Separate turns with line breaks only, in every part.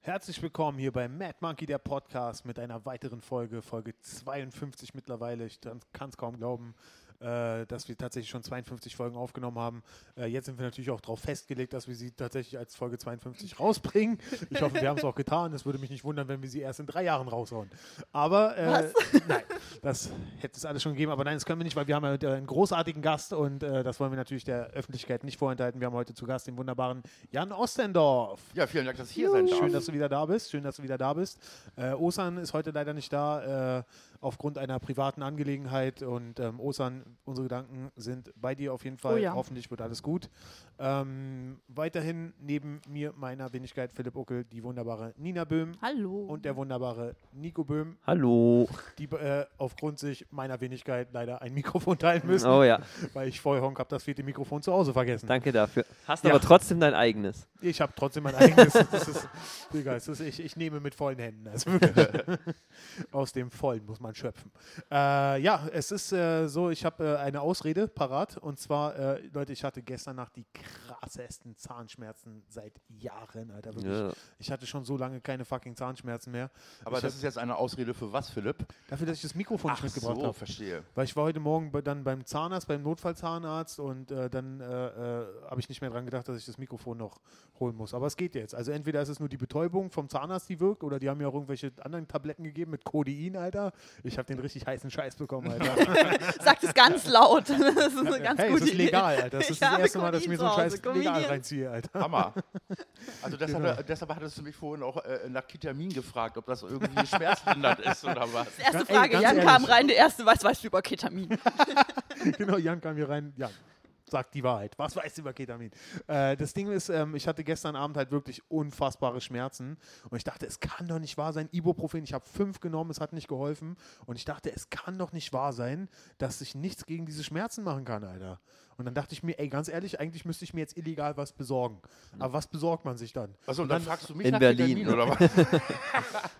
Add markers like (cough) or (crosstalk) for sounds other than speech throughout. Herzlich willkommen hier bei Mad Monkey, der Podcast, mit einer weiteren Folge, Folge 52 mittlerweile. Ich kann es kaum glauben, äh, dass wir tatsächlich schon 52 Folgen aufgenommen haben. Äh, jetzt sind wir natürlich auch darauf festgelegt, dass wir sie tatsächlich als Folge 52 rausbringen. Ich hoffe, wir haben es auch getan. Es würde mich nicht wundern, wenn wir sie erst in drei Jahren raushauen. Aber äh, (laughs) nein, das hätte es alles schon gegeben. Aber nein, das können wir nicht, weil wir haben heute einen großartigen Gast und äh, das wollen wir natürlich der Öffentlichkeit nicht vorenthalten. Wir haben heute zu Gast den wunderbaren Jan Ostendorf.
Ja, vielen Dank, dass ich hier Juhu. sein darf.
Schön, dass du wieder da bist. Schön, dass du wieder da bist. Äh, Osan ist heute leider nicht da äh, aufgrund einer privaten Angelegenheit. Und ähm, Osan, unsere Gedanken sind bei dir auf jeden Fall. Oh ja. Hoffentlich wird alles gut. Ähm, weiterhin neben mir, meiner Wenigkeit, Philipp Uckel, die wunderbare Nina Böhm.
Hallo.
Und der wunderbare Nico Böhm.
Hallo.
Die äh, aufgrund sich meiner Wenigkeit leider ein Mikrofon teilen müssen.
Oh ja.
Weil ich vorher habe das vierte Mikrofon zu Hause vergessen.
Danke dafür. Hast ja. aber trotzdem dein eigenes.
Ich habe trotzdem mein eigenes. Das ist, Digga, ist, ich, ich nehme mit vollen Händen. Also
(laughs)
aus dem Vollen muss man schöpfen. Äh, ja, es ist äh, so, ich habe äh, eine Ausrede parat. Und zwar, äh, Leute, ich hatte gestern Nacht die krassesten Zahnschmerzen seit Jahren, Alter. Wirklich. Ja. Ich hatte schon so lange keine fucking Zahnschmerzen mehr.
Aber
ich
das ist jetzt eine Ausrede für was, Philipp?
Dafür, dass ich das Mikrofon
Ach
nicht mitgebracht
so,
habe.
verstehe.
Weil ich war heute Morgen bei, dann beim Zahnarzt, beim Notfallzahnarzt und äh, dann habe ich nicht mehr dran gedacht, dass ich das Mikrofon noch holen muss. Aber es geht jetzt. Also entweder ist es nur die Betäubung vom Zahnarzt, die wirkt, oder die haben ja auch irgendwelche anderen Tabletten gegeben mit Codein, Alter. Ich habe den richtig heißen Scheiß bekommen, Alter.
Sag das ganz laut. (laughs) Das ist eine (laughs) ganz
hey,
gute
das ist legal,
(laughs)
Alter. Das
Ich
ist das
habe
erste Mal, dass ich mir so einen
Codein zu
Scheiß
Hause.
legal
Comedian.
reinziehe, Alter. (laughs)
Hammer. Also deshalb,
Genau.
deshalb hattest du mich vorhin auch äh, nach Ketamin gefragt, ob das irgendwie (laughs) schmerzlindernd ist oder was.
Die erste
Ey,
Frage,
ganz
Jan
ehrlich.
kam rein, der erste weiß, weißt du über Ketamin.
genau, Jan kam hier rein. Jan, sag die Wahrheit. Was weißt du über Ketamin? Äh, das Ding ist, ähm, ich hatte gestern Abend halt wirklich unfassbare Schmerzen und ich dachte, es kann doch nicht wahr sein. Ibuprofen, ich habe fünf genommen, es hat nicht geholfen und ich dachte, es kann doch nicht wahr sein, dass ich nichts gegen diese Schmerzen machen kann, Alter. Und dann dachte ich mir, ey, ganz ehrlich, eigentlich müsste ich mir jetzt illegal was besorgen. Aber was besorgt man sich dann?
Achso, und dann, fragst du mich
In
nach
Berlin,
Ketamin
ne?
oder was?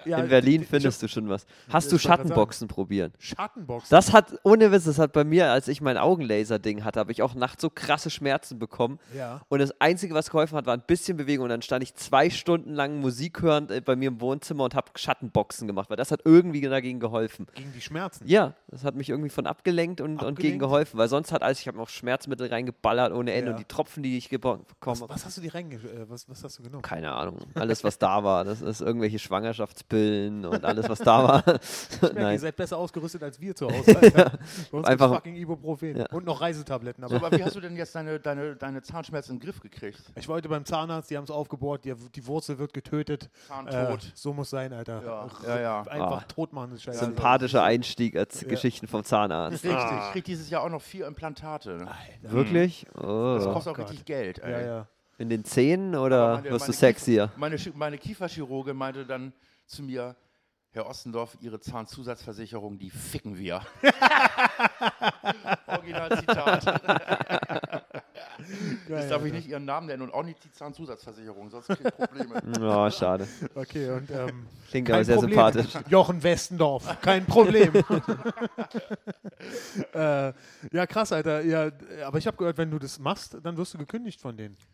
Ja,
In Berlin
ich- ich-
findest du schon was. Hast du
wollte gerade
Schattenboxen probiert?
Schattenbox.
Das hat, ohne Witz, das hat bei mir, als ich mein Augenlaser-Ding hatte, habe ich auch nachts so krasse Schmerzen bekommen.
Ja.
Und das Einzige, was geholfen hat, war ein bisschen Bewegung. Und dann stand ich zwei Stunden lang Musik hörend äh, bei mir im Wohnzimmer und habe Schattenboxen gemacht, weil das hat irgendwie dagegen geholfen.
gegen die Schmerzen.
Ja, das hat mich irgendwie von abgelenkt und, und gegen
Abgelenkt?
geholfen, weil sonst hat alles, ich habe noch Schmerzmittel reingeballert ohne Ende
Ja.
und die Tropfen, die ich gebo- bekommen
Was,
habe.
was hast du dir reinge... Äh, was, was hast du genommen?
Keine Ahnung. Alles, was da war. Das ist irgendwelche Schwangerschaftspillen und alles, was
(laughs)
da war.
Ich merke, ihr
Nein.
seid besser ausgerüstet als wir zu
(laughs)
Hause. Alter. Bei uns
Einfach-
gibt's fucking Ibuprofen
Ja.
und noch Reisetabletten. Aber
Aber wie hast du denn jetzt deine, deine, deine Zahnschmerzen in den Griff gekriegt?
ich war heute beim Zahnarzt, die haben es aufgebohrt, die, die Wurzel wird getötet.
Zahntot.
Äh, so muss sein, Alter.
Ja,
R-
ja, ja.
Einfach
Ah.
tot machen, das ist scheiße.
Sympathischer
also
Einstieg als Geschichten vom Zahnarzt.
Richtig. Ich krieg dieses Jahr auch noch vier Implantate. ne?
Wirklich?
Das
Oh.
kostet auch
Ah. Gott.
richtig Geld. Ey.
Ja, ja.
In den Zähnen
Aber
oder
meine-
wirst du
meine
sexier?
Kiefer- Meine, Schi- meine Kieferchirurgin meinte dann zu mir, Herr Ostendorf, Ihre Zahnzusatzversicherung, die ficken
(laughs)
wir. Originalzitat.
Geil,
Jetzt darf ich
Alter.
nicht Ihren Namen nennen und auch nicht die Zahnzusatzversicherung, sonst kriege ich Probleme. (laughs)
Oh, schade.
Okay, und
(laughs)
ähm,
Klingt
kein
aber sehr
Problem.
sympathisch.
(laughs) Jochen Westendorf, kein Problem.
(laughs)
(laughs) äh, ja, krass, Alter. Ja, d- aber ich habe gehört, wenn du das machst, dann wirst du gekündigt von denen. (laughs)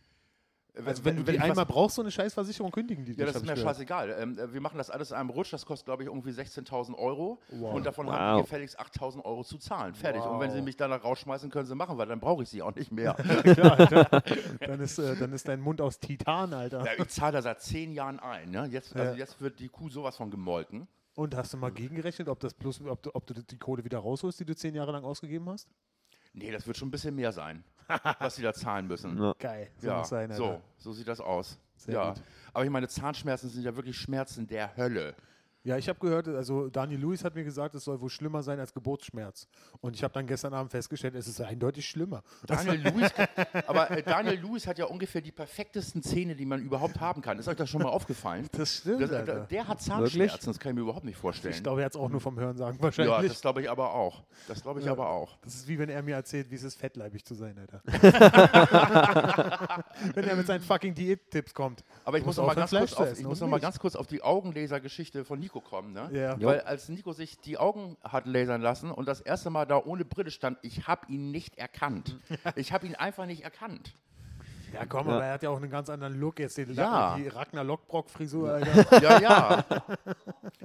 Also wenn, du die
ich
einmal
was-
brauchst, so eine Scheißversicherung, kündigen die dich.
Ja, das
hab
ist
ich
mir
gehört.
scheißegal. Ähm, äh, wir machen das alles in einem Rutsch. Das kostet, glaube ich, irgendwie 16.000 Euro.
Wow.
Und davon
Wow.
haben die gefälligst 8.000 Euro zu zahlen. Fertig. Und wenn
Wow.
sie mich danach rausschmeißen, können sie machen, weil dann brauche ich sie auch
(laughs)
nicht mehr.
Klar,
(laughs)
Alter. Dann ist, äh, dann ist dein Mund aus Titan, Alter.
Ja, ich zahle da seit zehn Jahren ein. Ne? Jetzt, also
Ja.
jetzt wird die Kuh sowas von gemolken.
Und hast du mal gegengerechnet, ob, das plus, ob, du, ob du die Kohle wieder rausholst, die du zehn Jahre lang ausgegeben hast?
Nee, das wird schon ein bisschen
(laughs)
mehr sein, was sie da zahlen müssen.
Ja.
Geil. So
Ja,
muss sein, Alter.
so, so sieht das aus.
Sehr
ja.
gut.
Aber ich meine, Zahnschmerzen sind ja wirklich Schmerzen der Hölle.
Ja, ich habe gehört, also Daniel Lewis hat mir gesagt, es soll wohl schlimmer sein als Geburtsschmerz. Und ich habe dann gestern Abend festgestellt, es ist eindeutig schlimmer. (laughs)
Daniel Lewis, aber äh, Daniel Lewis hat ja ungefähr die perfektesten Zähne, die man überhaupt haben kann. Ist euch das schon mal aufgefallen?
Das (laughs) stimmt,
Das- äh,
Alter.
der hat Zahnschmerzen,
Wirklich?
das kann ich mir überhaupt nicht vorstellen.
Ich glaube, er hat es auch nur vom Hörensagen
ja,
wahrscheinlich.
das glaube ich aber auch. Das glaube ich aber auch.
Das ist wie wenn er mir erzählt, wie es ist, fettleibig zu sein,
(laughs)
Alter. wenn er mit seinen fucking Diät-Tipps kommt.
Aber ich
Du
muss
musst
noch mal
aufhören,
ganz
Fleisch
kurz
zu
auf,
essen
ich
und
muss noch mal
Milch.
ganz kurz auf die Augenlasergeschichte von Nico kommen, ne?
Ja. Jo.
Weil als Nico sich die Augen hat lasern lassen und das
(laughs)
erste Mal da ohne Brille stand, ich habe ihn nicht erkannt. ich habe ihn einfach nicht erkannt.
Ja, komm, aber er hat ja auch einen ganz anderen Look jetzt, den
Ja.
die Ragnar Lockbrock-Frisur. Alter.
(laughs)
Ja,
(laughs)
ja.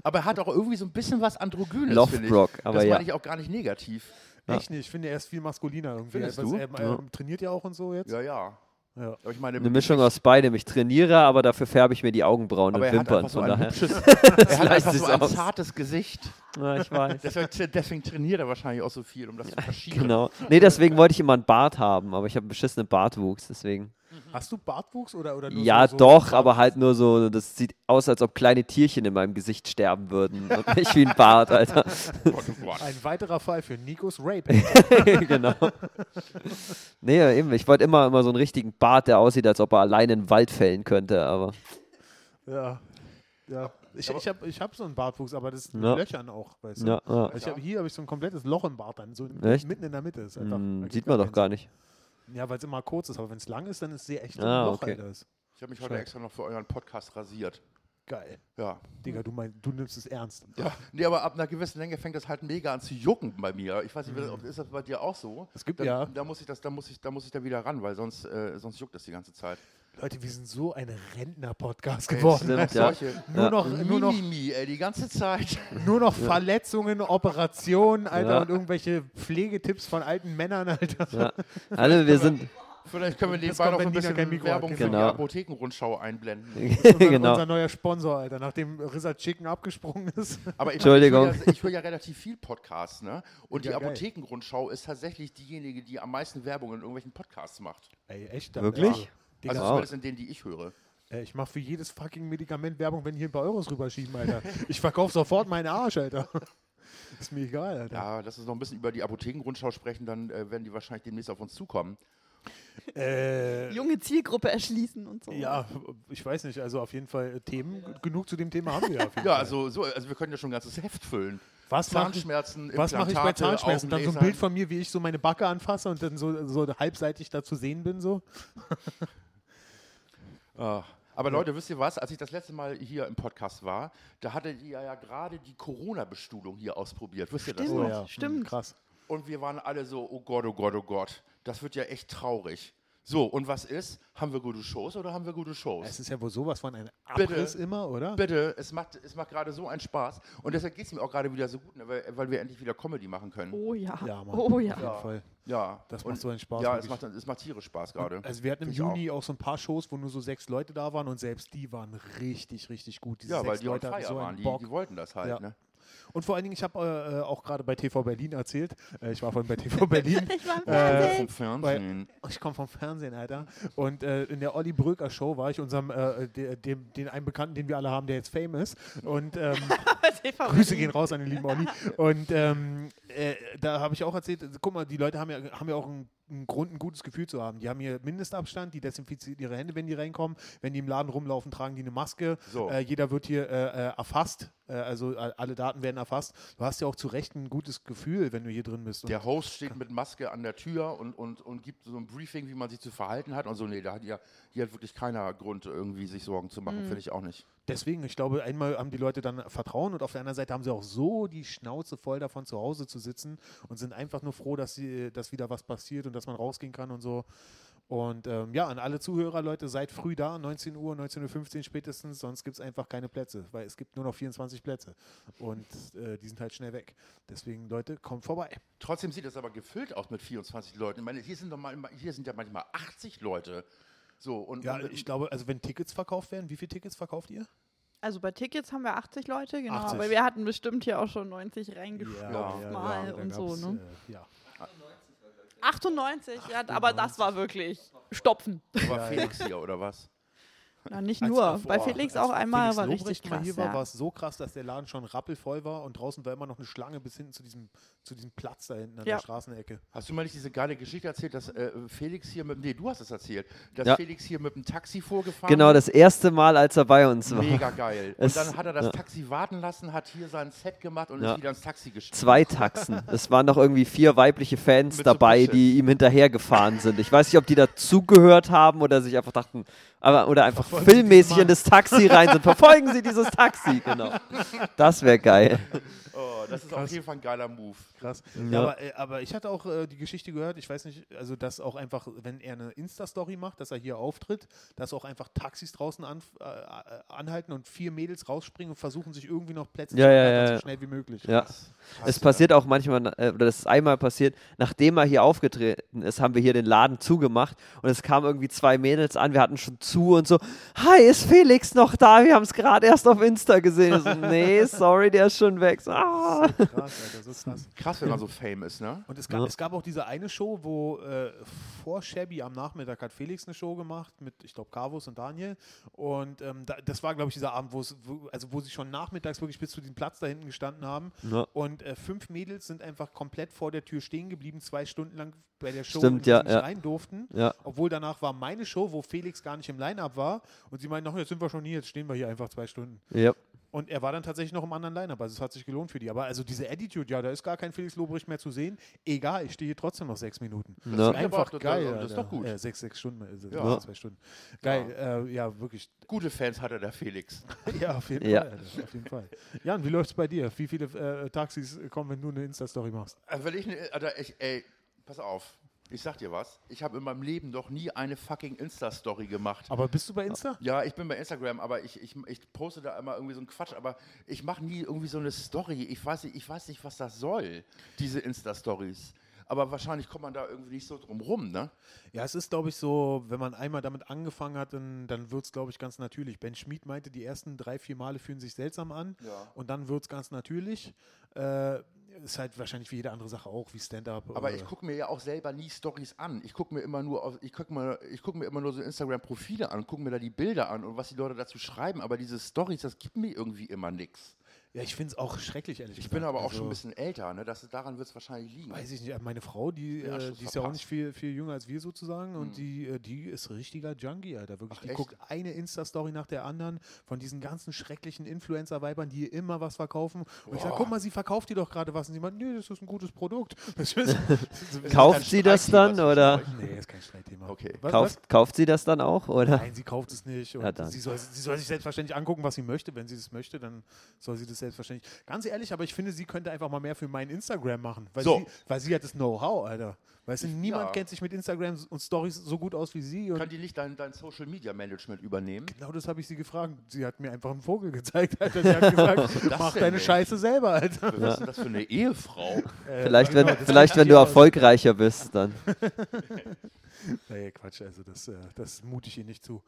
Aber er hat auch irgendwie so ein bisschen was Androgynes, finde ich.
Lothbrok, aber
das
ja.
meine ich auch gar nicht negativ.
Echt nicht, ich finde, er ist viel maskuliner irgendwie.
Findest
Er- was-
du?
Er, er
Ja.
trainiert ja auch und so jetzt.
Ja, ja.
Ja.
Aber ich meine,
Eine Mischung aus beidem. Ich trainiere, aber dafür färbe ich mir die Augenbrauen
aber
und
er hat
Wimpern.
einfach so
Von
ein
daher. (laughs)
hübsches, er hat
leicht
einfach so
sieht's
ein
aus.
zartes Gesicht.
Ja, ich weiß.
Deswegen, deswegen trainiert er wahrscheinlich auch so viel, um das zu verschieben.
(laughs) Genau. Nee, deswegen wollte ich immer einen Bart haben, aber ich habe einen beschissenen Bartwuchs, deswegen.
Hast du Bartwuchs oder, oder nur
Ja,
so, so
doch, aber halt nur so, das sieht aus, als ob kleine Tierchen in meinem Gesicht sterben würden und nicht wie ein Bart, Alter. (laughs)
Gott, oh Gott.
Ein weiterer Fall für Nikos Rape.
genau. Nee, eben, ich wollte immer, immer so einen richtigen Bart, der aussieht, als ob er alleine einen Wald fällen könnte, aber
ja. ja. Ich, ich habe ich hab so einen Bartwuchs, aber das ist mit
Ja.
Löchern auch. Weißt du?
ja, ja.
Also ich hab, hier habe ich so ein komplettes Loch im Bart dann, so in-
Echt?
mitten in der Mitte. Ist einfach,
Hm,
ergibt
sieht man doch
keinen
gar nicht.
Sinn. Ja, weil es immer kurz ist, aber wenn es lang ist, dann ist es echt so
Ah,
ein Loch,
okay.
Alter. Ist
Ich habe mich heute extra noch für euren Podcast rasiert.
geil.
Ja.
Digga, du, mein, du nimmst es ernst.
ja. Nee, aber ab einer gewissen Länge fängt das halt mega an zu jucken bei mir. Ich weiß nicht, ob- ist das bei dir auch so?
Mhm. Es gibt
da,
ja-
Da muss ich das, da muss ich, da muss ich da wieder ran, weil sonst, äh, sonst juckt das die ganze Zeit.
Leute, wir sind so ein Rentner-Podcast
Ey, halt
geworden.
stimmt, ja.
Solche
Nur,
Ja.
noch, nur, noch,
Mimimi, ey, die
(laughs)
ganze Zeit.
nur noch Verletzungen, Operationen, Alter,
Ja.
und irgendwelche Pflegetipps von alten Männern, Alter.
Ja. (laughs) Alle,
(laughs)
wir sind,
Vielleicht können wir nebenbei
kommt,
noch
wenn
ein
Nina
bisschen
kein Mikro hat,
Werbung für
genau.
die
(laughs)
Apothekenrundschau einblenden.
Unser,
(laughs) genau.
unser neuer Sponsor, Alter, nachdem Rissa Chicken abgesprungen ist.
Aber ich,
Entschuldigung.
Ich höre ja, ich höre ja relativ viel Podcasts, ne? Und
Ja,
die
geil.
Apothekenrundschau ist tatsächlich diejenige, die am meisten Werbung in irgendwelchen Podcasts macht.
Ey, echt? dann,
Wirklich?
Ja. Digga,
Also
Wow.
zumindest in denen, die ich höre.
Äh, Ich mache für jedes fucking Medikament Werbung, wenn hier ein paar Euros rüberschieben, Alter. Ich verkaufe sofort meinen Arsch, Alter. (laughs) Ist mir egal, Alter.
Ja, lass uns noch ein bisschen über die Apothekenrundschau sprechen, dann äh, werden die wahrscheinlich demnächst auf uns zukommen.
Äh,
Junge Zielgruppe erschließen und so.
ja, ich weiß nicht. Also auf jeden Fall äh, Themen. Genug zu dem Thema haben wir ja. auf jeden
Ja,
Fall.
also, so, also wir können ja schon ein ganzes Heft füllen.
was mach ich,
Zahnschmerzen,
was mach ich bei
Implantate,
Zahnschmerzen? Dann so ein
Augenlasern.
Bild von mir, wie ich so meine Backe anfasse und dann so, so halbseitig da zu sehen bin, so.
Ah. Aber Leute, wisst ihr was? Als ich das letzte Mal hier im Podcast war, da hattet ihr ja gerade die Corona-Bestuhlung hier ausprobiert. Wisst ihr das
Stimmt.
noch?
Oh ja. Stimmt.
Hm, Krass.
Und wir waren alle so, oh Gott, oh Gott, oh Gott. Das wird ja echt traurig. So, und was ist? Haben wir gute Shows oder haben wir gute Shows?
Es ist ja wohl sowas von ein
Bitte.
Abriss immer, oder?
Bitte, es macht, es macht gerade so einen Spaß. Und deshalb geht es mir auch gerade wieder so gut, ne, weil, weil wir endlich wieder Comedy machen können.
Oh ja.
Ja, Mann.
oh
Auf
(laughs) ja.
jeden Fall.
Ja.
Das
und,
macht so einen Spaß,
Ja, es
wirklich.
macht, es macht tierisch Spaß gerade.
Also wir hatten im
Finde ich auch.
Juni auch. so ein paar Shows, wo nur so sechs Leute da waren und selbst die waren richtig, richtig gut. Diese
Ja,
sechs
weil die heute
Leute hatten
Feier
so
waren.
einen
Die,
Bock.
die wollten das halt.
Ja.
Ne?
Und vor allen Dingen, ich habe äh, äh, auch gerade bei TV Berlin erzählt, äh, ich war vorhin bei
(laughs)
TV Berlin,
Ich war im
Äh,
Fernsehen.
vom Fernsehen.
ich komme vom Fernsehen, Alter, und äh, in der Olli Bröker Show war ich unserem, äh, de, dem, den einen Bekannten, den wir alle haben, der jetzt fame ist und ähm, Grüße gehen raus an den lieben Olli und ähm, äh, da habe ich auch erzählt, also, guck mal, die Leute haben ja, haben ja auch einen, einen Grund, ein gutes Gefühl zu haben. Die haben hier Mindestabstand, die desinfizieren ihre Hände, wenn die reinkommen, wenn die im Laden rumlaufen, tragen die eine Maske,
So.
äh, jeder wird hier äh, äh, erfasst, äh, also äh, alle Daten werden erfasst. Du hast ja auch zu Recht ein gutes Gefühl, wenn du hier drin bist. Und
Der Host steht mit Maske an der Tür und, und, und gibt so ein Briefing, wie man sich zu verhalten hat. Und so, nee, da hat ja, hier hat wirklich keiner Grund, irgendwie sich Sorgen zu
Mhm.
machen. Finde ich auch nicht.
Deswegen, ich glaube, einmal haben die Leute dann Vertrauen und auf der anderen Seite haben sie auch so die Schnauze voll davon, zu Hause zu sitzen und sind einfach nur froh, dass, sie, dass wieder was passiert und dass man rausgehen kann und so. Und ähm, ja, an alle Zuhörer, Leute, seid früh da, 19 Uhr, 19.15 Uhr spätestens, sonst gibt es einfach keine Plätze, weil es gibt nur noch 24 Plätze und äh, die sind halt schnell weg. Deswegen, Leute, kommt vorbei.
Trotzdem sieht das aber gefüllt aus mit 24 Leuten. Ich meine, hier sind, doch mal, hier sind ja manchmal 80 Leute. So, und,
Ja,
und
ich glaube, also wenn Tickets verkauft werden, wie viele Tickets verkauft ihr?
Also bei Tickets haben wir 80 Leute, genau.
80.
Aber wir hatten bestimmt hier auch schon 90 reingeschnupft
ja,
mal und so, ne?
äh, ja.
98, ja, aber das war wirklich Stopfen.
war Felix hier oder was?
Na, nicht
Als-
nur.
als-
Bei
boah,
Felix
als
auch einmal
Felix
war
Lobrecht
richtig
mal
krass.
hier war, war
ja.
es so krass, dass der Laden schon rappelvoll war und draußen war immer noch eine Schlange bis hinten zu diesem, zu diesem Platz da hinten an
Ja.
der Straßenecke.
Hast du mal nicht diese geile Geschichte erzählt, dass äh, Felix hier mit. Nee, du hast es erzählt. Dass
Ja.
Felix hier mit dem Taxi vorgefahren
Genau,
ist.
das erste Mal, als er bei uns war.
Mega geil. Und
Es-
dann hat er das
ja.
Taxi warten lassen, hat hier sein Set gemacht und
Ja.
ist wieder ins Taxi gestiegen.
Zwei Taxen. Es waren noch irgendwie vier weibliche Fans
Mit so
dabei,
Busse.
die ihm hinterhergefahren sind. Ich weiß nicht, ob die dazugehört haben oder sich einfach dachten, aber, oder einfach
Verfolgen Sie
filmmäßig
diesen
in das Taxi rein sind. Verfolgen Sie dieses Taxi, genau. Das wäre geil.
Oh, Genau, das ist auf jeden Fall ein geiler Move.
Krass.
Ja.
Ja. Aber, äh, aber ich hatte auch äh, die Geschichte gehört, ich weiß nicht, also dass auch einfach, wenn er eine Insta-Story macht, dass er hier auftritt, dass auch einfach Taxis draußen an, äh, äh, anhalten und vier Mädels rausspringen und versuchen sich irgendwie noch Plätze
Ja, ja,
ergattern,
ja.
so schnell wie möglich.
Ja.
Krass,
Es passiert auch manchmal, äh, oder das ist einmal passiert, nachdem er hier aufgetreten ist, haben wir hier den Laden zugemacht und es kamen irgendwie zwei Mädels an, wir hatten schon zu und so, hi, ist Felix noch da? Wir haben es gerade erst auf Insta gesehen. Ich So, nee, sorry, der ist schon weg. So, Ah.
ja. Krass, Alter, so ist das.
Krass, wenn man so fame ist, ne?
Und es gab,
Ja.
es gab auch diese eine Show, wo äh, vor Shabby am Nachmittag hat Felix eine Show gemacht mit, ich glaube, Carvus und Daniel. Und ähm, da, das war, glaube ich, dieser Abend, wo es- wo, also wo sie schon nachmittags wirklich bis zu diesem Platz da hinten gestanden haben.
Ja.
Und äh, fünf Mädels sind einfach komplett vor der Tür stehen geblieben, zwei Stunden lang bei der Show,
Stimmt,
und die
ja,
nicht
ja.
rein durften.
Ja.
Obwohl danach war meine Show, wo Felix gar nicht im Line-Up war. Und sie meinten, "Ach, jetzt sind wir schon hier, jetzt stehen wir hier einfach zwei Stunden.
Ja.
Und er war dann tatsächlich noch im anderen Line-Up, also es hat sich gelohnt für die. Aber also diese Attitude, ja, da ist gar kein Felix Lobrecht mehr zu sehen. Egal, ich stehe hier trotzdem noch sechs Minuten.
Ja.
Das ist
Das ist
einfach
aber-
geil.
das ist doch
Alter.
gut.
Äh, sechs, sechs Stunden, also
Ja.
zwei Stunden. Geil, ja, äh, ja wirklich. (laughs)
Gute Fans hatte der Felix.
Ja, auf jeden
Ja.
Fall. Alter, auf jeden Fall. Jan, wie läuft's bei dir? Wie viele äh, Taxis kommen, wenn du eine Insta-Story machst?
Äh, Weil ich, ne- Alter, ich, ey, pass auf. Ich sag dir was. Ich habe in meinem Leben noch nie eine fucking Insta-Story gemacht.
Aber bist du bei Insta?
Ja, ich bin bei Instagram, aber ich, ich, ich poste da immer irgendwie so einen Quatsch, aber ich mache nie irgendwie so eine Story. Ich weiß, nicht, ich weiß nicht, was das soll, diese Insta-Stories. Aber wahrscheinlich kommt man da irgendwie nicht so drum rum, ne?
Ja, es ist, glaube ich, so, wenn man einmal damit angefangen hat, dann, dann wird es, glaube ich, ganz natürlich. Ben Schmid meinte, die ersten drei, vier Male fühlen sich seltsam an
Ja.
und dann wird es ganz natürlich. Äh, ist halt wahrscheinlich wie jede andere Sache auch, wie Stand-up.
Aber
oder-
ich gucke mir ja auch selber nie Stories an. Ich gucke mir immer nur auf, ich guck mal, ich guck mir immer nur so Instagram-Profile an, gucke mir da die Bilder an und was die Leute dazu schreiben. Aber diese Stories, das gibt mir irgendwie immer nichts.
ja, ich finde es auch schrecklich, ehrlich
Ich
gesagt.
bin aber auch
Also,
schon ein bisschen älter, ne? Das, daran wird es wahrscheinlich liegen.
Weiß ich nicht, äh, meine Frau, die,
Ja,
äh,
schon
die ist ja auch
verpasst. Hm.
nicht viel, viel jünger als wir sozusagen und die, äh, die ist richtiger Junkie, Alter. Wirklich,
Ach,
die
echt?
guckt eine Insta-Story nach der anderen von diesen ganzen schrecklichen Influencer-Weibern, die ihr immer was verkaufen. Und ich sage,
Boah.
guck mal, sie verkauft dir doch gerade was. Und sie meint, nee, das ist ein gutes Produkt. (laughs) Das
(laughs)
ist,
Kauft sie das dann
Streitthema
oder
zwischen
nee, ist kein Streitthema.
Okay.
Was, was?
kauft, kauft sie das dann auch? Oder?
Nein, sie kauft es
(laughs)
nicht. Und
Ja, dann.
sie, soll, sie soll sich selbstverständlich angucken, was sie möchte. Wenn sie es möchte, dann soll sie das selbstverständlich. Ganz ehrlich, aber ich finde, sie könnte einfach mal mehr für mein Instagram machen. Weil,
So.
sie, weil sie hat das Know-how, Alter. Weißt du, niemand
ja.
kennt sich mit Instagram und Stories so gut aus wie sie. Und
Kann die nicht dein, dein Social Media Management übernehmen?
genau das habe ich sie gefragt. Sie hat mir einfach einen Vogel gezeigt, Alter. Sie hat
(laughs)
gesagt,
das
mach
denn
deine
nicht?
Scheiße selber, Alter.
Was ist denn das für eine Ehefrau?
Vielleicht, wenn,
genau, das
vielleicht,
kann
wenn du
ich auch.
erfolgreicher bist, dann. (laughs)
Nee, Quatsch, also das, äh, das mute ich ihr nicht zu.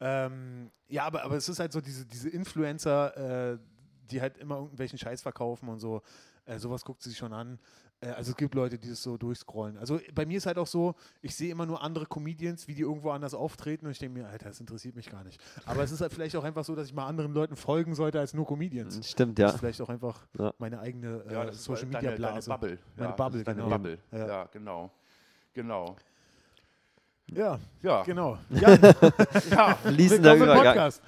Ähm, ja, aber, aber es ist halt so, diese, diese Influencer, äh, die halt immer irgendwelchen Scheiß verkaufen und so, äh, sowas guckt sie sich schon an. Äh, also es gibt Leute, die das so durchscrollen. Also bei mir ist halt auch so, ich sehe immer nur andere Comedians, wie die irgendwo anders auftreten und ich denke mir, Alter, das interessiert mich gar nicht. Aber es ist halt vielleicht auch einfach so, dass ich mal anderen Leuten folgen sollte als nur Comedians.
Stimmt,
Das
Mhm. ja.
ist vielleicht auch einfach
Ja.
meine eigene äh,
Ja, das ist
Social
deine-
Media Blase.
Deine Bubble.
Meine
ja,
Bubble,
das ist deine
genau.
Bubble.
Ja.
Ja. genau. Genau.
Ja,
Ja.
genau. Ja, (laughs)
Ja,
Fließender
willkommen im
Übergang.
Podcast.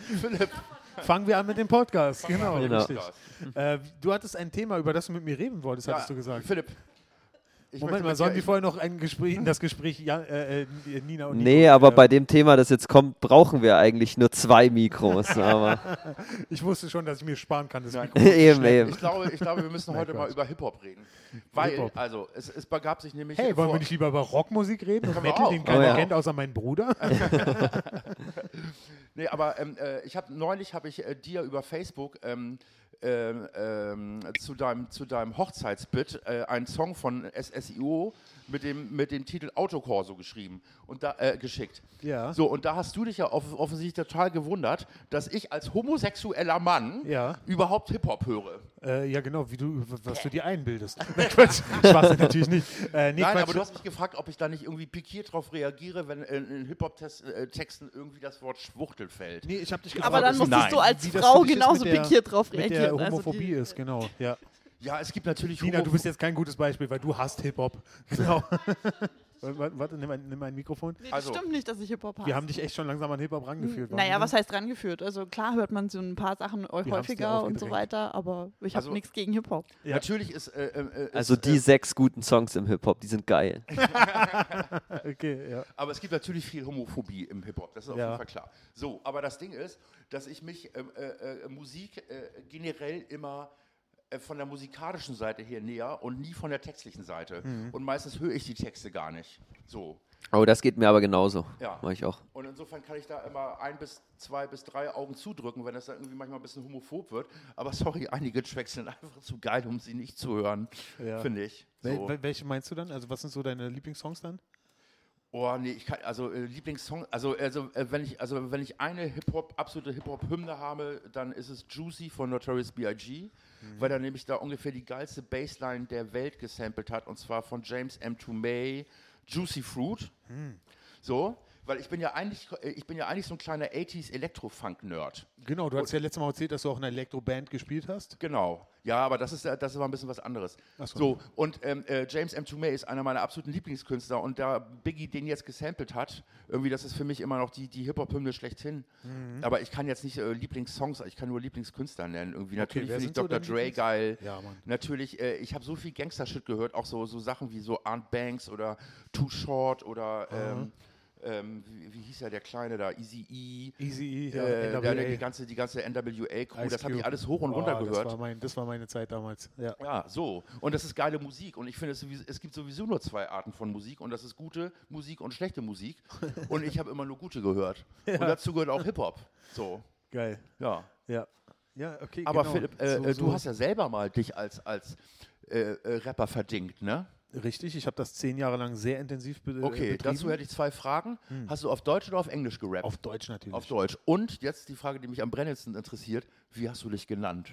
Fangen wir an mit dem Podcast. genau,
dem
richtig. Äh, du hattest ein Thema, über das du mit mir reden wolltest, hattest du gesagt.
Philipp. Ich
Moment
möchte
mal,
mit
sollen
dir-
wir vorher noch ein Gespräch, das Gespräch ja, äh, äh, Nina und
Nee,
Nico,
aber
äh,
bei dem Thema, das jetzt kommt, brauchen wir eigentlich nur zwei Mikros. (laughs) Aber
Äh, Ich wusste schon, dass ich mir sparen kann, das
Nein.
(laughs)
Mikro.
eben, eben.
Ich glaube, ich glaube,
(laughs)
wir müssen heute mal
Gott.
über Hip-Hop reden. Weil,
Hip-Hop.
also, es, es begab sich nämlich.
Hey, wollen
vor-
wir nicht lieber über Rockmusik reden? Und
Können wir
Metal,
auch.
den
Oh
keiner
ja.
kennt, außer mein Bruder?
Nee, aber ähm, äh, ich habe neulich habe ich äh, dir über Facebook ähm, ähm, ähm, zu deinem zu deinem Hochzeitsbit äh, einen Song von SSIO mit dem mit dem Titel Autokorso geschrieben und da äh, geschickt.
Ja.
So und da hast du dich ja off offensichtlich total gewundert, dass ich als homosexueller Mann
Ja.
überhaupt Hip Hop höre.
äh, ja, genau, wie du, was du dir einbildest. Nein, Quatsch, Spaß natürlich nicht. Äh, nee,
Nein,
Quatsch.
aber du hast mich gefragt, ob ich da nicht irgendwie pikiert drauf reagiere, wenn in, in Hip-Hop-Texten irgendwie das Wort Schwuchtel fällt.
nee, ich hab dich
Aber
gefragt,
dann
wie-
musstest
nein.
du als
wie das
Frau
für dich ist
genauso
mit der-
pikiert drauf
mit der
reagieren. Also
Homophobie
die-
ist, genau. Ja.
Ja, es gibt natürlich
Nina, du
Homo-
bist jetzt kein gutes Beispiel, weil du hasst Hip-Hop. (laughs) Genau. warte, warte, nimm ein, nimm ein Mikrofon.
Nee,
Also-
das stimmt nicht, dass ich Hip-Hop hasse.
Wir haben dich echt schon langsam an Hip-Hop rangeführt.
Naja,
warum
was heißt rangeführt? Also klar hört man so ein paar Sachen eu-
dir
häufiger und so
aufgedrängt.
weiter, aber ich habe
Also-
nichts gegen Hip-Op.
Ja.
Natürlich ist. Äh, äh, äh,
Also
ist,
die
Äh,
sechs guten Songs im Hip-Hop, die sind geil.
Okay, ja.
äh, aber es gibt natürlich viel Homophobie im Hip-Hop, das ist auf
Ja.
jeden Fall klar. So, aber das Ding ist, dass ich mich ähm, äh, äh, Musik äh, generell immer äh, von der musikalischen Seite her näher und nie von der textlichen Seite.
Mhm.
Und meistens höre ich die Texte gar nicht. So.
Oh, das geht mir aber genauso.
Ja.
Mach ich auch.
Und insofern kann ich da immer ein bis zwei bis drei Augen zudrücken, wenn das dann irgendwie manchmal ein bisschen homophob wird. Aber sorry, einige Tracks sind einfach zu geil, um sie nicht zu hören,
Ja.
finde ich. So.
Wel wel welche meinst du dann? Also, was sind so deine Lieblingssongs dann?
Oh, nee, ich kann, also äh, Lieblingssong, also, also, äh, wenn ich, also wenn ich eine Hip-Hop, absolute Hip-Hop-Hymne habe, dann ist es Juicy von Notorious B.I.G., weil er nämlich da ungefähr die geilste Bassline der Welt gesampelt hat, und zwar von James M. May, Juicy Fruit. So, weil ich bin ja eigentlich, äh, ich bin ja eigentlich so ein kleiner 80s Elektro-Funk-Nerd.
Genau, du hast ja letztes Mal erzählt, dass du auch in einer Elektroband gespielt hast.
Genau. Ja, aber das ist, äh, das ist mal ein bisschen was anderes.
Ach so.
so. und ähm, äh, James M. Toomey ist einer meiner absoluten Lieblingskünstler und da Biggie den jetzt gesampelt hat, irgendwie, das ist für mich immer noch die, die Hip-Hop-Hymne schlechthin.
Mhm.
Aber ich kann jetzt nicht äh, Lieblingssongs, ich kann nur Lieblingskünstler nennen. Irgendwie. Natürlich
wer
finde
sind
ich
so
Dr.
deine
Dre
Lieblings-
geil.
Ja, Mann.
Natürlich, äh, ich habe so viel Gangster-Shit gehört, auch so, so Sachen wie so Aunt Banks oder Too Short oder ähm, ähm, wie, wie hieß ja der Kleine da, Easy E.
Easy E,
Äh,
NWA.
der, der, die ganze, die ganze NWA-Crew,
Ice
das habe ich
Cube.
alles hoch und
Oh,
runter
Das
gehört.
war, mein, das war meine Zeit damals. Ja.
Ja, so. Und das ist geile Musik. Und ich finde, es, sowieso- es gibt sowieso nur zwei Arten von Musik. Und das ist gute Musik und
(laughs)
schlechte Musik. Und ich habe immer nur gute gehört. Und dazu gehört auch Hip-Hop. So,
Geil.
ja.
Ja. Ja, okay.
Aber
genau.
Philipp, äh,
So-
äh,
so-
du hast ja selber mal dich als, als äh, äh, Rapper verdingt, ne?
Äh, Richtig, ich habe das zehn Jahre lang sehr intensiv be äh,
Okay,
betrieben. Hm.
dazu hätte ich zwei Fragen. Hast du auf Deutsch oder auf Englisch gerappt?
Auf Deutsch natürlich.
Auf Deutsch. Und jetzt die Frage, die mich am brennendsten interessiert. Wie hast du
(laughs)
dich genannt?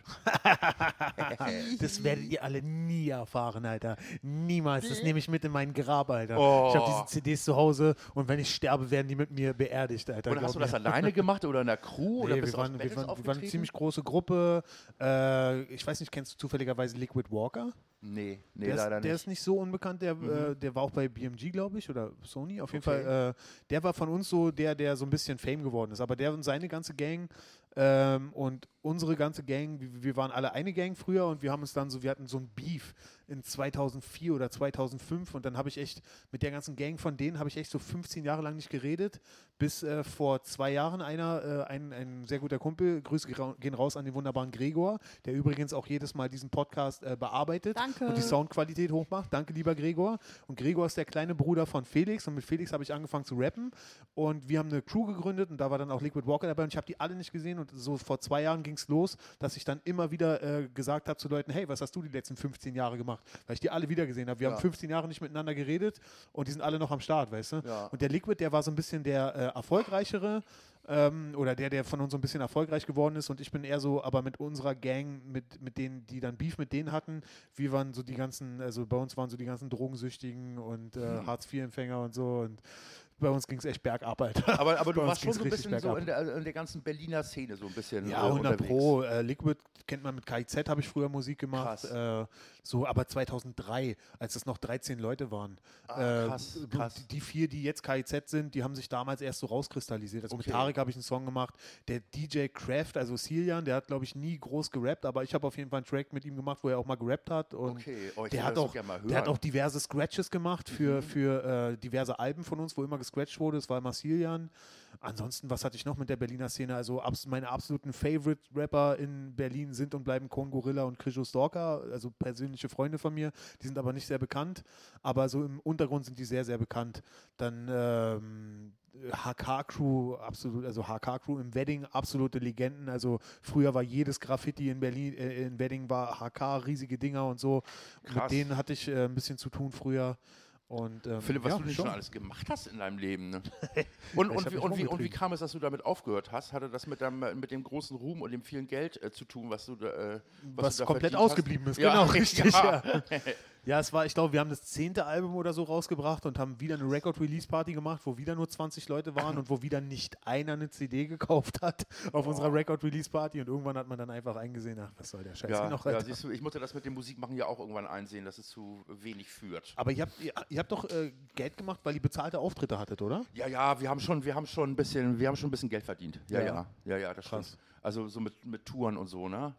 Das werdet ihr alle nie erfahren, Alter. Niemals. Das nehme ich mit in mein Grab, Alter.
Oh.
Ich habe diese CDs zu Hause und wenn ich sterbe, werden die mit mir beerdigt, Alter.
Und
glaub
hast du das
mir.
alleine gemacht oder in der Crew? oder
Nee,
bist
wir,
du aus
waren, wir,
Battles
waren, wir waren eine
aufgetreten?
ziemlich große Gruppe. Äh, ich weiß nicht, kennst du zufälligerweise Liquid Walker?
Nee, nee,
der,
leider
ist, der
nicht. Mhm.
ist nicht so unbekannt, der, äh, der war auch bei BMG, glaube ich, oder Sony. Auf jeden
Okay.
Fall, äh, der war von uns so der, der so ein bisschen Fame geworden ist. Aber der und seine ganze Gang ähm, und unsere ganze Gang, wir, wir waren alle eine Gang früher und wir haben uns dann so, wir hatten so ein Beef in 2004 oder 2005 und dann habe ich echt mit der ganzen Gang von denen habe ich echt so 15 Jahre lang nicht geredet, bis äh, vor zwei Jahren einer, äh, ein, ein sehr guter Kumpel, Grüße gera- gehen raus an den wunderbaren Gregor, der übrigens auch jedes Mal diesen Podcast äh, bearbeitet
Danke.
und die Soundqualität hochmacht. Danke, lieber Gregor. Und Gregor ist der kleine Bruder von Felix und mit Felix habe ich angefangen zu rappen und wir haben eine Crew gegründet und da war dann auch Liquid Walker dabei und ich habe die alle nicht gesehen und so vor zwei Jahren ging es los, dass ich dann immer wieder äh, gesagt habe zu Leuten, hey, was hast du die letzten 15 Jahre gemacht? Weil ich die alle wieder gesehen habe. Wir haben 15 Jahre nicht miteinander geredet und die sind alle noch am Start, weißt du?
Ja.
Und der Liquid, der war so ein bisschen der äh, erfolgreichere ähm, oder der, der von uns so ein bisschen erfolgreich geworden ist und ich bin eher so, aber mit unserer Gang, mit, mit denen, die dann Beef mit denen hatten, wir waren so die ganzen, also bei uns waren so die ganzen Drogensüchtigen und äh,
Mhm.
Hartz-IV-Empfänger und so und bei uns ging es echt bergab, Alter.
Aber, aber du
(laughs) Bei uns
warst schon
ging's
so ein bisschen
richtig
so
bergab.
in der, in der ganzen Berliner Szene so ein bisschen.
Ja,
äh,
100
unterwegs.
Pro. Äh, Liquid kennt man mit KIZ, habe ich früher Musik gemacht.
Krass.
Äh, so, aber 2003, als es noch 13 Leute waren.
Ah, krass,
äh,
krass.
Die, die vier, die jetzt KIZ sind, die haben sich damals erst so rauskristallisiert. Also mit
Okay.
Tarek habe ich einen Song gemacht. Der DJ Kraft, also Silian, der hat, glaube ich, nie groß gerappt, aber ich habe auf jeden Fall einen Track mit ihm gemacht, wo er auch mal gerappt hat. Und
Okay, oh, ich
der,
will
hat
das so
auch,
gerne mal
der hat
hören. Mhm.
auch diverse Scratches gemacht für, für äh, diverse Alben von uns, wo immer gescratcht wurde. Es war immer Silian. Ansonsten, was hatte ich noch mit der Berliner Szene? Also abs meine absoluten Favorite-Rapper in Berlin sind und bleiben Korn Gorilla und Krisho Stalker, also persönliche Freunde von mir. Die sind aber nicht sehr bekannt, aber so im Untergrund sind die sehr, sehr bekannt. Dann ähm, HK-Crew, absolut, also HK-Crew im Wedding, absolute Legenden. Also früher war jedes Graffiti in Berlin, äh, in Wedding war HK, riesige Dinger und so. Mit
Krass.
denen hatte ich äh, ein bisschen zu tun früher. Und, ähm,
Philipp, was
ja,
du denn schon alles gemacht hast in deinem Leben.
(laughs)
Ne? Und,
Ich
und,
hab
wie,
mich
und, wie, und wie
rumgetrieben.
kam es, dass du damit aufgehört hast? Hatte das mit, deinem, mit dem großen Ruhm und dem vielen Geld äh, zu tun, was du da, äh, was
Was
du da
komplett
verdient hast?
ausgeblieben ist,
Ja,
genau,
(laughs)
richtig,
Ja.
Ja, es war, ich glaube, wir haben das zehnte Album oder so rausgebracht und haben wieder eine Record-Release-Party gemacht, wo wieder nur 20 Leute waren und wo wieder nicht einer eine CD gekauft hat auf unserer Record-Release-Party. Und irgendwann hat man dann einfach eingesehen, ach, was soll der Scheiß hier
Ja,
noch?
ja,
Alter?
siehst du, ich musste das mit dem Musikmachen ja auch irgendwann einsehen, dass es zu wenig führt.
Aber ihr habt, ihr, ihr habt doch äh, Geld gemacht, weil ihr bezahlte Auftritte hattet, oder?
Ja, ja, wir haben schon, wir haben schon ein bisschen, wir haben schon ein bisschen Geld verdient. Ja,
Ja.
ja, ja, ja, das
Krass.
stimmt. Also so mit, mit Touren und so, ne?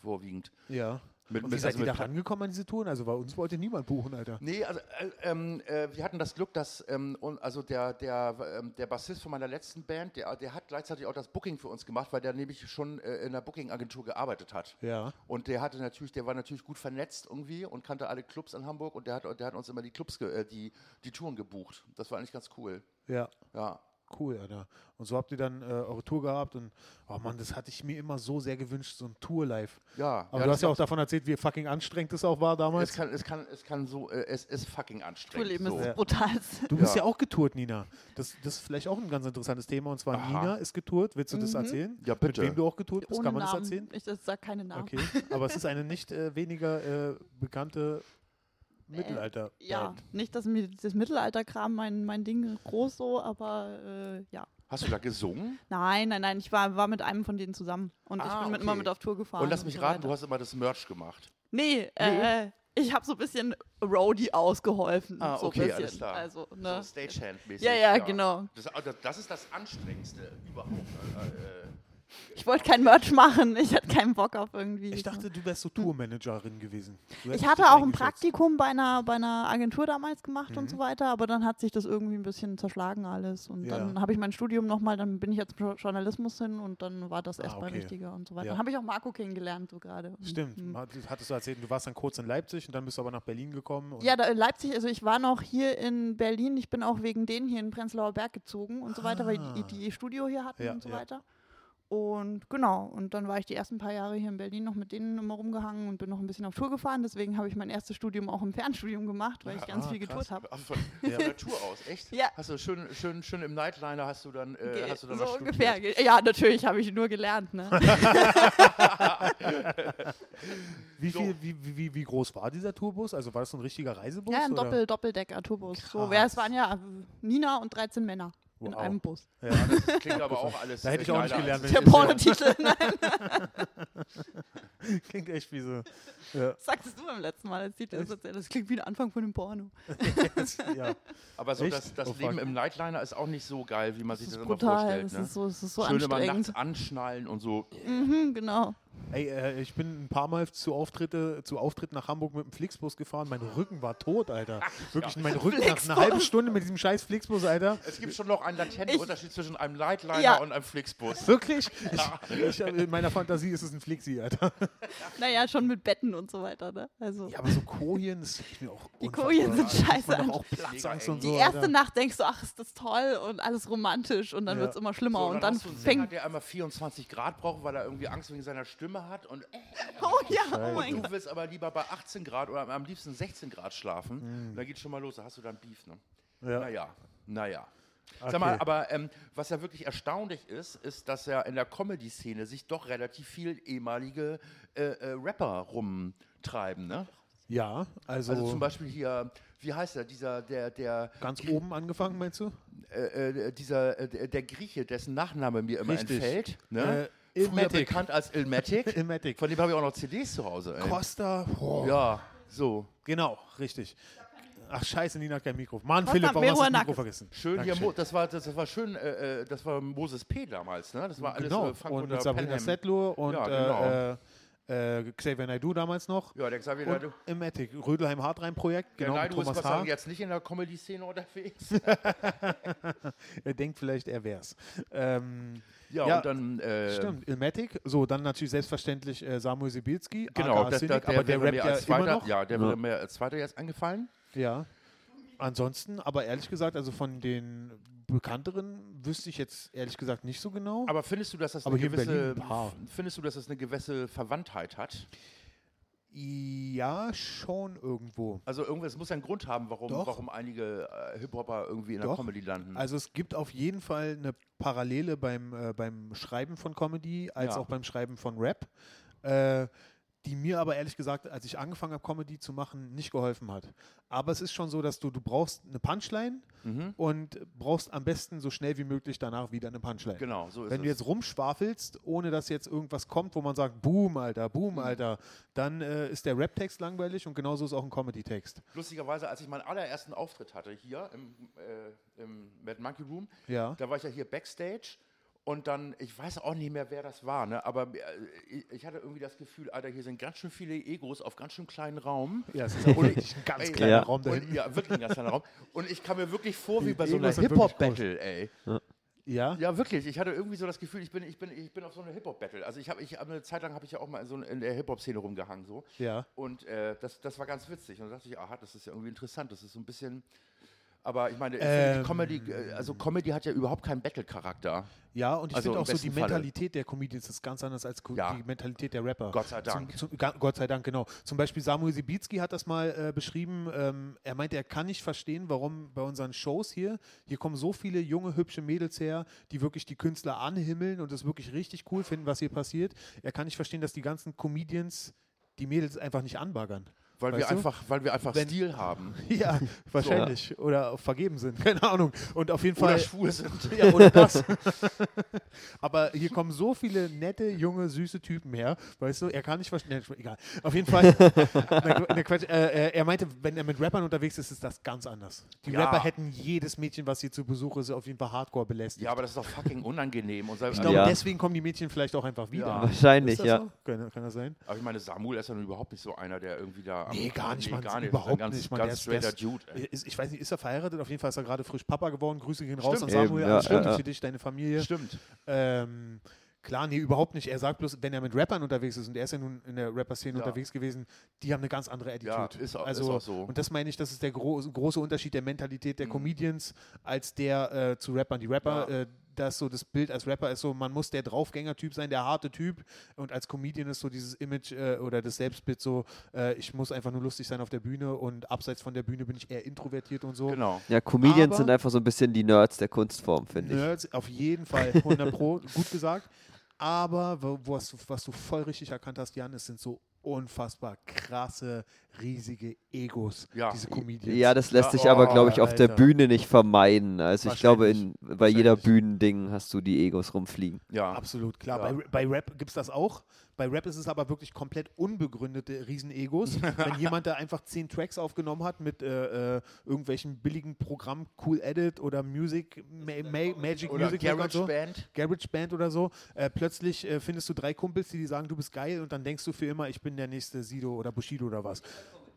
Vorwiegend.
Ja.
Mit,
Und wie
mit-
seid
also
ihr da
mit Pla-
rangekommen an diese Touren? Also bei uns wollte niemand buchen, Alter.
Nee, also äh, ähm, äh, wir hatten das Glück, dass ähm, und, also der, der, ähm, der Bassist von meiner letzten Band, der, der hat gleichzeitig auch das Booking für uns gemacht, weil der nämlich schon äh, in der Booking-Agentur gearbeitet hat.
Ja.
Und der hatte natürlich, der war natürlich gut vernetzt irgendwie und kannte alle Clubs in Hamburg und der hat, der hat uns immer die Clubs, ge, äh, die, die Touren gebucht. Das war eigentlich ganz cool.
Ja.
Ja.
Cool, Alter. Und so habt ihr dann äh, eure Tour gehabt und, oh Mann, das hatte ich mir immer so sehr gewünscht, so ein Tour-Live.
Ja.
Aber du
ja, das
hast ja auch
kann-
davon erzählt, wie fucking anstrengend das auch war
Es
damals.
kann, es kann, es kann so, äh, es ist fucking anstrengend.
Tourleben
so.
ist das brutalste.
Du bist ja.
Ja.
auch getourt, Nina. Das, das ist vielleicht auch ein ganz interessantes Thema. Und zwar,
Aha.
Nina ist getourt. Willst du das erzählen?
Ja, bitte.
Mit wem du auch getourt bist?
Mhm. Ohne
Kann man das
Namen.
erzählen?
Ich das sag keine Namen.
Okay. Aber es ist eine nicht äh, weniger äh, bekannte Mittelalter.
Äh, Ja, nicht, dass mir das Mittelalterkram mein, mein Ding groß so, aber äh, ja.
Hast du da gesungen?
Nein, nein, nein, ich war, war mit einem von denen zusammen. Und ich
Ah,
bin mit,
okay.
immer mit auf Tour gefahren.
und lass mich
so
raten,
weiter.
du hast immer das Merch gemacht.
Nee, Äh, ich habe so ein bisschen Roadie ausgeholfen.
Ah,
so ein
okay,
bisschen.
alles klar.
Also, ne?
So Stagehand-mäßig.
Ja, ja, genau.
Das, also das ist das Anstrengendste überhaupt. Äh, äh,
Ich wollte kein Merch machen, ich hatte keinen Bock auf irgendwie.
Ich dachte, du wärst so Tourmanagerin gewesen. Du hättest
Ich hatte
das
auch ein
eingeschätzt.
Praktikum bei einer, bei einer Agentur damals gemacht
Mhm.
und so weiter, aber dann hat sich das irgendwie ein bisschen zerschlagen alles. Und
Ja.
dann habe ich mein Studium nochmal, dann bin ich jetzt zum Journalismus hin und dann war das
Ah,
erstmal
okay.
richtiger und so weiter.
Ja.
Dann habe ich auch Marco kennengelernt, so gerade. Und,
Stimmt.
hm.
Hat- Hattest du erzählt, du warst dann kurz in Leipzig und dann bist du aber nach Berlin gekommen. Und
Ja, da in Leipzig, also ich war noch hier in Berlin, ich bin auch wegen denen hier in Prenzlauer Berg gezogen und so weiter, weil
Ah.
die, die Studio hier hatten
Ja,
und so
ja.
weiter. Und genau, und dann war ich die ersten paar Jahre hier in Berlin noch mit denen immer rumgehangen und bin noch ein bisschen auf Tour gefahren. Deswegen habe ich mein erstes Studium auch im Fernstudium gemacht, weil ich ganz
ah,
viel
krass.
getourt habe.
ach, äh, von, von
(laughs)
der Tour aus, echt?
Ja.
Hast du schön, schön, schön im Nightliner hast du dann, äh,
Ge-
hast du dann
so
noch
ungefähr.
studiert?
Ge- Ja, natürlich habe ich nur gelernt.
(laughs)
Ne?
Wie, viel, wie, wie- wie, wie groß war dieser Tourbus? Also war das so ein richtiger Reisebus?
ja, ein
oder?
Doppel, Doppeldecker-Tourbus. So,
Krass.
wer- es waren ja äh, Nina und 13 Männer in
Wow.
einem Bus.
Ja,
Klingt
genau.
aber auch alles.
Da hätte
äh,
ich auch nicht
Kleider
gelernt,
als-
wenn
Der
ich-
Pornotitel, (laughs) ne?
(laughs) klingt echt wie so. Ja,
Das sagtest du beim letzten Mal als Titel. Das klingt wie der Anfang von einem Porno.
ja.
Aber so
Echt?
das, das
Oh, fuck.
Leben im Nightliner ist auch nicht so geil, wie man sich
Das
das
ist
immer
brutal.
vorstellt.
Das
Ne?
ist so, es ist so
schön immer nachts
anstrengend.
anschnallen und so.
Mhm, genau.
Ey, äh, ich bin ein paar Mal zu Auftritte, zu Auftritten nach Hamburg mit dem Flixbus gefahren. Mein Rücken war tot, Alter. Wirklich, mein Rücken nach einer halben Stunde mit diesem scheiß Flixbus, Alter.
Es gibt schon noch einen latenten
Ich-
Unterschied zwischen einem Nightliner
Ja.
und einem
(laughs)
Flixbus.
Wirklich? Ich, ich, in meiner Fantasie ist es ein Flixi, Alter.
Naja, schon mit Betten und so weiter. Ne? Also,
Ja, aber so Kojen, das stelle ich mir auch
die
unfassbar
Kojen sind
an. Da kriegt
scheiße.
man doch
an.
auch Platzangst und
Die
so,
Die
Alter.
erste Nacht denkst du, ach, ist das toll und alles romantisch und dann
Ja.
wird es immer schlimmer
So,
und dann (laughs)
hast du halt einen Sänger,
fängt.
der einmal 24 Grad braucht, weil er irgendwie Angst wegen seiner Stimme hat und
(laughs) Oh ja, oh
Und
mein Gott.
du willst aber lieber bei 18 Grad oder am liebsten 16 Grad schlafen. Da geht schon mal los, da hast du dann Beef. Ne?
Mhm. Ja.
Naja, naja.
Okay.
Sag mal, aber ähm, was ja wirklich erstaunlich ist, ist, dass ja in der Comedy-Szene sich doch relativ viel ehemalige äh, äh, Rapper rumtreiben. Ne?
Ja, also,
Also zum Beispiel hier, wie heißt er, dieser, der, der,
ganz oben angefangen, meinst du?
äh, äh, dieser, äh, der- der Grieche, dessen Nachname mir immer
Richtig.
entfällt. Ne?
Äh,
Früher
Ilmatic.
bekannt als
(laughs)
Ilmatic.
Ilmatic.
Von dem habe ich auch noch CDs zu Hause. Ey.
Costa. Boah.
Ja, so.
Genau, richtig. Ach scheiße, Nina hat kein Mikro. Mann,
Costa
Philipp, warum hast du das Mikro
Meruanakis.
vergessen?
Schön hier,
Dankeschön.
Mo das war, das, das war schön, äh, äh, das war Moses P. damals, ne? Das war alles
Genau,
äh, Funk
und
unter
mit Sabrina
Pelham.
Settler und
Ja,
äh, äh, äh, Xavier Naidoo damals noch.
Ja, der Xavier
Und
Naidoo.
im Attic, Rödelheim-Hartrein-Projekt,
Der
genau, mit
Naidoo ist
Thomas
was sagen,
H.
jetzt nicht in der Comedy-Szene
(laughs)
unterwegs.
Er denkt vielleicht, er wär's. Ähm,
ja,
Ja,
und dann. Äh,
Stimmt, Ilmatic, so, dann natürlich selbstverständlich äh, Samuel Sibilski,
Genau,
aka
das,
Cynic,
das, der
aber der
wäre
rappt
mir
ja
als
immer
zweiter,
noch.
ja, der wäre mir als zweiter jetzt eingefallen.
Ja. Ansonsten, aber ehrlich gesagt, also von den bekannteren wüsste ich jetzt ehrlich gesagt nicht so genau.
Aber findest du, dass das
Aber
eine
hier in
gewisse,
Berlin ein paar.
findest du, dass das eine gewisse Verwandtheit hat?
ja, schon irgendwo.
Also irgendwie, es muss ja einen Grund haben, warum,
Doch.
warum einige äh, Hip-Hopper irgendwie in der
Doch.
Comedy landen.
Also es gibt auf jeden Fall eine Parallele beim, äh, beim Schreiben von Comedy als
Ja.
auch beim Schreiben von Rap, äh, die mir aber ehrlich gesagt, als ich angefangen habe, Comedy zu machen, nicht geholfen hat. Aber es ist schon so, dass du, du brauchst eine Punchline und brauchst am besten so schnell wie möglich danach wieder eine Punchline.
genau, so ist
Wenn
es.
du jetzt rumschwafelst, ohne dass jetzt irgendwas kommt, wo man sagt, boom, Alter, boom, Alter, dann äh, ist der Rap-Text langweilig und genauso ist auch ein Comedy-Text.
Lustigerweise, als ich meinen allerersten Auftritt hatte hier im, äh, im Mad Monkey Room,
Ja.
da war ich ja hier Backstage Und dann, ich weiß auch nicht mehr, wer das war, ne? aber äh, ich- ich hatte irgendwie das Gefühl, Alter, hier sind ganz schön viele Egos auf ganz schön kleinen Raum. (laughs)
Ja, es ist (laughs) auch wirklich ein ganz
Ey,
kleiner
ja.
Raum da
Und,
hinten.
ja, wirklich ein ganz kleiner Raum. Und ich kam mir wirklich vor wie bei so
Egos
einer
sind wirklich
Hip-Hop-Battle, ey.
Ja?
Ja, wirklich. Ich hatte irgendwie so das Gefühl, ich bin, ich bin, ich bin auf so eine Hip-Hop-Battle. Also ich habe, ich, eine Zeit lang habe ich ja auch mal in, so, in der Hip-Hop-Szene rumgehangen so.
Ja.
Und äh, das, das war ganz witzig. Und da dachte ich, aha, das ist ja irgendwie interessant. Das ist so ein bisschen. Aber ich meine, ich finde,
Ähm.
die Comedy, äh, also Comedy hat ja überhaupt keinen Battle-Charakter.
Ja, und ich
Also
finde
im
auch so die
besten Falle.
Mentalität der Comedians ist ganz anders als ko-
Ja.
die Mentalität der Rapper.
Gott sei Dank.
Zum, zum, ga- Gott sei Dank, genau. Zum Beispiel Samuel Sibicki hat das mal äh, beschrieben. Ähm, er meinte, er kann nicht verstehen, warum bei unseren Shows hier, hier kommen so viele junge, hübsche Mädels her, die wirklich die Künstler anhimmeln und es wirklich richtig cool finden, was hier passiert. Er kann nicht verstehen, dass die ganzen Comedians die Mädels einfach nicht anbaggern.
Weil wir,
Weißt du?
einfach, weil wir einfach
Wenn-
Stil haben.
(laughs) Ja, wahrscheinlich. Oder vergeben sind, (laughs) keine Ahnung. Und auf jeden
Oder
Fall.
schwul sind.
(laughs) Ja, oder
(laughs)
das. Aber hier kommen so viele nette, junge, süße Typen her. Weißt du, er kann nicht verstehen. Nee, Egal. Auf jeden
(laughs)
Fall. Nein, Qu- nee, Quatsch. Äh, äh, er meinte, wenn er mit Rappern unterwegs ist, ist das ganz anders. Die
Ja.
Rapper hätten jedes Mädchen, was hier zu Besuch ist, auf jeden Fall hardcore belästigt.
Ja, aber das ist doch fucking unangenehm. Und
ich
also,
glaube,
Ja.
deswegen kommen die Mädchen vielleicht auch einfach wieder.
Ja.
Wahrscheinlich,
Ist das
ja.
So? Kann, kann das sein?
aber ich meine, Samuel ist ja nun überhaupt nicht so einer, der irgendwie da. am-
Nee, gar nicht, Mann.
gar nicht.
Überhaupt
ganz,
nicht, Mann.
Ganz
Der ist- der
straighter
ist-
Dude. Ey.
Ist, ich weiß nicht, ist er verheiratet? Auf jeden Fall ist er gerade frisch Papa geworden. Grüße gehen raus an
Stimmt.
Samuel.
Eben, ja,
Alles Gute
ja, ja.
für dich, deine Familie.
Stimmt.
Ähm, klar, nee, überhaupt nicht. Er sagt bloß, wenn er mit Rappern unterwegs ist, und er ist ja nun in der Rapper-Szene
Ja.
unterwegs gewesen, die haben eine ganz andere Attitude.
Ja, ist au-
also,
ist auch so. Mhm.
Und das meine ich, das ist der gro große Unterschied der Mentalität der Comedians als der äh, zu Rappern. Die Rapper,
Ja.
äh, das so das Bild als Rapper ist so, man muss der Draufgänger-Typ sein, der harte Typ. Und als Comedian ist so dieses Image äh, oder das Selbstbild so, äh, ich muss einfach nur lustig sein auf der Bühne und abseits von der Bühne bin ich eher introvertiert und so.
Genau.
Ja, Comedians
Aber-
sind einfach so ein bisschen die Nerds der Kunstform, finde ich.
Nerds, auf jeden Fall, 100
(laughs)
Pro, gut gesagt. Aber wo, wo hast du, was du voll richtig erkannt hast, Jan, es sind so unfassbar krasse, riesige Egos,
Ja.
diese Comedians.
Ja, das lässt
Ja,
sich aber,
oh,
glaube ich, auf der
Ah, Alter.
Bühne nicht vermeiden. Also ich glaube, in,
Wahrscheinlich.
bei jeder
Wahrscheinlich.
Bühnending hast du die Egos rumfliegen.
Ja.
Absolut, klar.
Ja.
Bei, bei Rap gibt es das auch. Bei Rap ist es aber wirklich komplett unbegründete Riesenegos.
(laughs)
Wenn jemand da einfach zehn Tracks aufgenommen hat mit äh, äh, irgendwelchen billigen Programmen, Cool Edit oder Music, Ma Ma Magic
Oder
Music Maker und
Garage Band.
GarageBand oder so, äh, plötzlich äh, findest du drei Kumpels, die dir sagen, du bist geil und dann denkst du für immer, ich bin der nächste Sido oder Bushido oder was.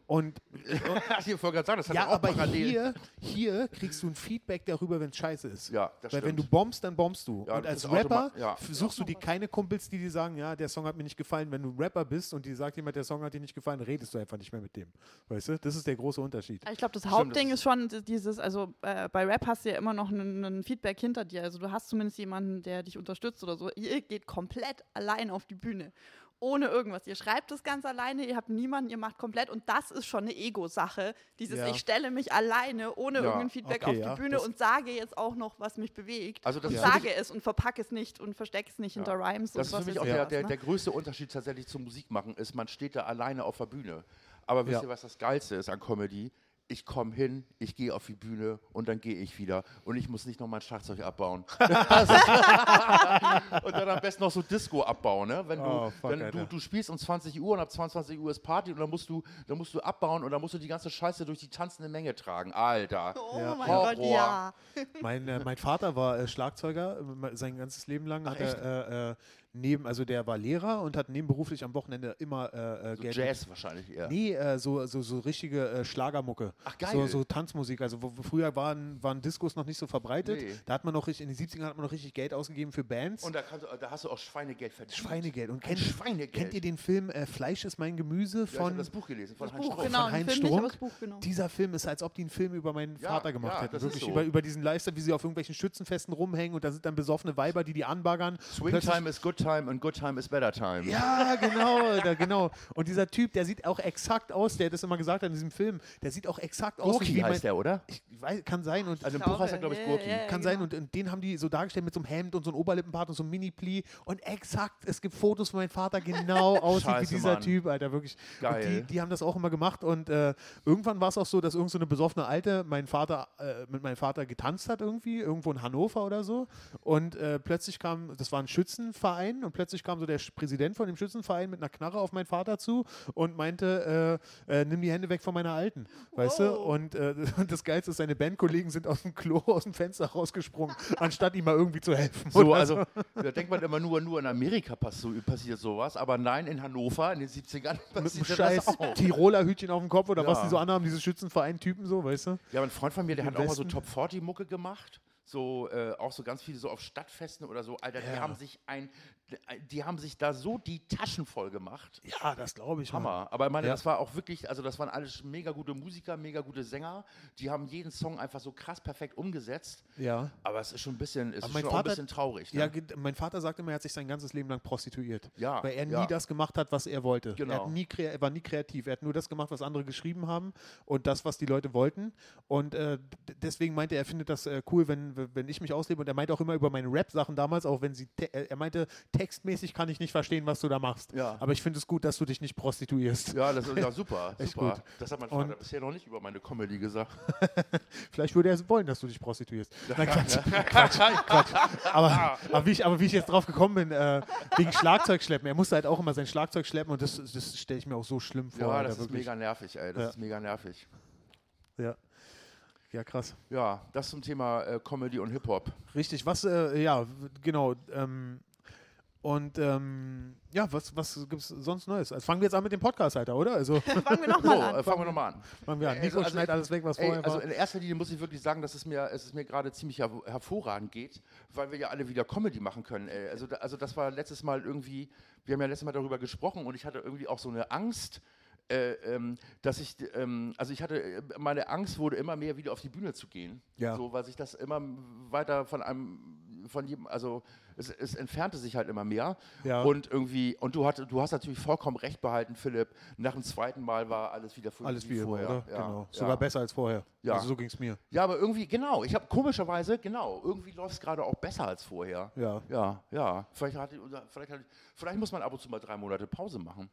Und
Ach, (laughs) ich wollte gerade sagen, das hat
ja,
er auch
aber
parallel.
hier, hier kriegst du ein Feedback darüber, wenn es scheiße ist.
Ja, das
Weil wenn
stimmt.
du bombst, dann bombst du.
Ja,
und
das
als
ist
Rapper
automa- ja.
f- suchst du dir keine Kumpels, die dir sagen, ja, der Song hat mir nicht gefallen. Wenn du Rapper bist und dir sagt jemand, der Song hat dir nicht gefallen, redest du einfach nicht mehr mit dem. Weißt du? Das ist der große
(laughs)
Unterschied.
Ich glaube, das
Stimmt,
Hauptding
das-
ist schon di- dieses, also äh, bei Rap hast du ja immer noch ein Feedback hinter dir. Also du hast zumindest jemanden, der dich unterstützt oder so. Ihr geht komplett allein auf die Bühne. Ohne irgendwas. Ihr schreibt das ganz alleine, ihr habt niemanden, ihr macht komplett. Und das ist schon eine Ego-Sache. Dieses,
Ja.
ich stelle mich alleine ohne
Ja,
irgendein Feedback
okay,
auf die
ja,
Bühne
das-
und sage jetzt auch noch, was mich bewegt.
Also das
und
ist für
sage es und verpacke es nicht und verstecke es nicht hinter Rhymes.
Das
und
ist für
was
mich
weiß
auch
ich
der,
was,
der,
ne?
der größte Unterschied tatsächlich zum Musikmachen ist, man steht da alleine auf der Bühne. Aber wisst
Ja.
ihr, was das Geilste ist an Comedy? Ich komme hin, ich gehe auf die Bühne und dann gehe ich wieder. Und ich muss nicht noch mein Schlagzeug abbauen.
(laughs)
und dann am besten noch so Disco abbauen. Ne? Wenn du,
Oh, fuck,
wenn du,
Alter.
du spielst um 20 Uhr und ab 22 Uhr ist Party und dann musst du, dann musst du abbauen und dann musst du die ganze Scheiße durch die tanzende Menge tragen. Alter.
Oh
Ja.
mein
Horror.
Gott, ja.
Mein, äh, mein Vater war äh, Schlagzeuger, äh, me- sein ganzes Leben lang hat er äh, äh, neben, also der war Lehrer und hat nebenberuflich am Wochenende immer äh, äh,
So
Geld-
Jazz wahrscheinlich eher.
Nee, äh, so, so, so richtige äh, Schlagermucke.
Ach, geil.
So, so Tanzmusik. Also wo, wo früher waren, waren Diskos noch nicht so verbreitet.
Nee.
Da hat man noch richtig, in den 70ern hat man noch richtig Geld ausgegeben für Bands.
Und da, kannst du, da hast du auch Schweinegeld verdient.
Schweinegeld. Und
Ein
kennt,
Schweinegeld.
kennt ihr den Film äh, Fleisch ist mein Gemüse
Ja, ich
von
hab das Buch gelesen, von
Das
Heinz
Buch,
Strunk.
genau.
von Heinz
den Film nicht, aber
Strunk.
das Buch, genau.
Dieser Film ist, als ob die einen Film über meinen
Ja,
Vater gemacht
ja,
hätten.
das ist
Wirklich
so.
über, über diesen Lifestyle, wie sie auf irgendwelchen Schützenfesten rumhängen und da sind dann besoffene Weiber, die die anbaggern.
Swing
Plötzlich-
Time is good time and good time is better time.
Ja, genau, (laughs) da, genau. Und dieser Typ, der sieht auch exakt aus, der das immer gesagt hat in diesem Film, der sieht auch exakt aus
Gorki heißt der, oder?
Ich weiß, kann sein und
Also im
glaube,
Buch heißt er, glaube ich, genau.
ja,
Gorki.
ja, genau. ja.
kann sein und, und den haben die so dargestellt mit so einem Hemd und so einem Oberlippenbart und so einem Mini-Pli und exakt, es gibt Fotos, wo mein Vater
(laughs)
genau aussieht
Scheiße,
wie dieser
Mann.
Typ, Alter, wirklich.
Geil.
Und die, die haben das auch immer gemacht und äh, irgendwann war es auch so, dass irgend so eine besoffene Alte mein Vater, äh, mit meinem Vater getanzt hat irgendwie, irgendwo in Hannover oder so und äh, plötzlich kam, das war ein Schützenverein Schützenverein und plötzlich kam so der Sch- Präsident von dem Schützenverein mit einer Knarre auf meinen Vater zu und meinte, äh, äh, nimm die Hände weg von meiner Alten, weißt du? Und, äh, (laughs) und das Geilste ist, seine Bandkollegen sind aus dem Klo, aus dem Fenster rausgesprungen, anstatt ihm mal irgendwie zu helfen.
So,
oder
also, da denkt man immer nur, nur in Amerika pass passiert sowas, aber nein, in Hannover in den 70ern
mit einem
passiert
scheiß
das auch.
Tiroler Hütchen auf dem Kopf oder was
Ja.
die so anhaben, diese Schützenverein-Typen so, weißt du?
Ja, aber ein Freund von mir, der
Im
hat auch mal so
Westen.
Top 40 Mucke gemacht. So, äh, auch so ganz viele so auf Stadtfesten oder so. Alter, die
Ja.
haben sich ein, die haben sich da so die Taschen voll gemacht.
Ja, das glaube ich. Mann.
Hammer. Aber ich meine,
Ja.
das war auch wirklich, also das waren alles mega gute Musiker, mega gute Sänger. Die haben jeden Song einfach so krass perfekt umgesetzt.
Ja.
Aber es ist schon ein bisschen, es
Aber
ist
mein
schon auch ein
Vater-
bisschen traurig. Ne?
Ja, ge- mein Vater sagt immer, er hat sich sein ganzes Leben lang prostituiert.
Ja,
Weil er nie
ja.
das gemacht hat, was er wollte. Er,
Genau.
hat nie krea- er war nie kreativ. Er hat nur das gemacht, was andere geschrieben haben und das, was die Leute wollten. Und äh, d- deswegen meinte er, er findet das äh, cool, wenn, wenn ich mich auslebe. Und er meinte auch immer über meine Rap-Sachen damals, auch wenn sie, te äh, er meinte, textmäßig kann ich nicht verstehen, was du da machst.
Ja.
Aber ich finde es gut, dass du dich nicht prostituierst.
Ja, das ist ja
(laughs)
super.
Echt
super.
gut.
Das hat mein Vater
Und-
bisher noch nicht über meine Comedy gesagt.
Vielleicht würde er wollen, dass du dich prostituierst.
(laughs)
Nein, Quatsch, Quatsch, Quatsch. Aber, aber, wie ich, aber wie ich jetzt drauf gekommen bin, äh, wegen Schlagzeug schleppen. Er musste halt auch immer sein Schlagzeug schleppen und das, das stelle ich mir auch so schlimm vor.
Ja,
Alter,
das ist
wirklich.
mega nervig, ey. Das
Ja.
ist mega nervig.
Ja. ja, krass.
Ja, das zum Thema äh, Comedy und Hip-Hop.
Richtig, was, äh, ja, w- genau. Ähm, und ähm, ja, was, was gibt es sonst Neues? Also fangen wir jetzt an mit dem Podcast, Alter, oder?
(laughs)
Also
Fangen wir
So,
nochmal an.
äh, fangen wir nochmal an.
fangen wir an.
Ey,
Nico
also- also-
schneidet alles weg, was
Ey,
vorher
also
war.
in erster Linie muss ich wirklich sagen, dass es mir, es ist mir gerade ziemlich her hervorragend geht, weil wir ja alle wieder Comedy machen können. Ey. Also, da, also das war letztes Mal irgendwie, wir haben ja letztes Mal darüber gesprochen und ich hatte irgendwie auch so eine Angst, äh, ähm, dass ich, ähm, also ich hatte, äh, meine Angst wurde immer mehr, wieder auf die Bühne zu gehen.
Ja.
So, weil sich das immer weiter von einem, von jedem, also es, es entfernte sich halt immer mehr.
Ja.
Und irgendwie, und du, hat, du hast natürlich vollkommen recht behalten, Philipp. Nach dem zweiten Mal war alles wieder fünf
Alles wie immer,
vorher.
oder?
Ja,
genau.
ja.
Sogar besser als vorher.
Ja.
Also so ging es mir.
Ja, aber irgendwie, genau. Ich habe komischerweise, genau, irgendwie läuft es gerade auch besser als vorher.
Ja.
Ja, ja. Vielleicht, hat, oder vielleicht, hat, vielleicht muss man ab und zu mal drei Monate Pause machen.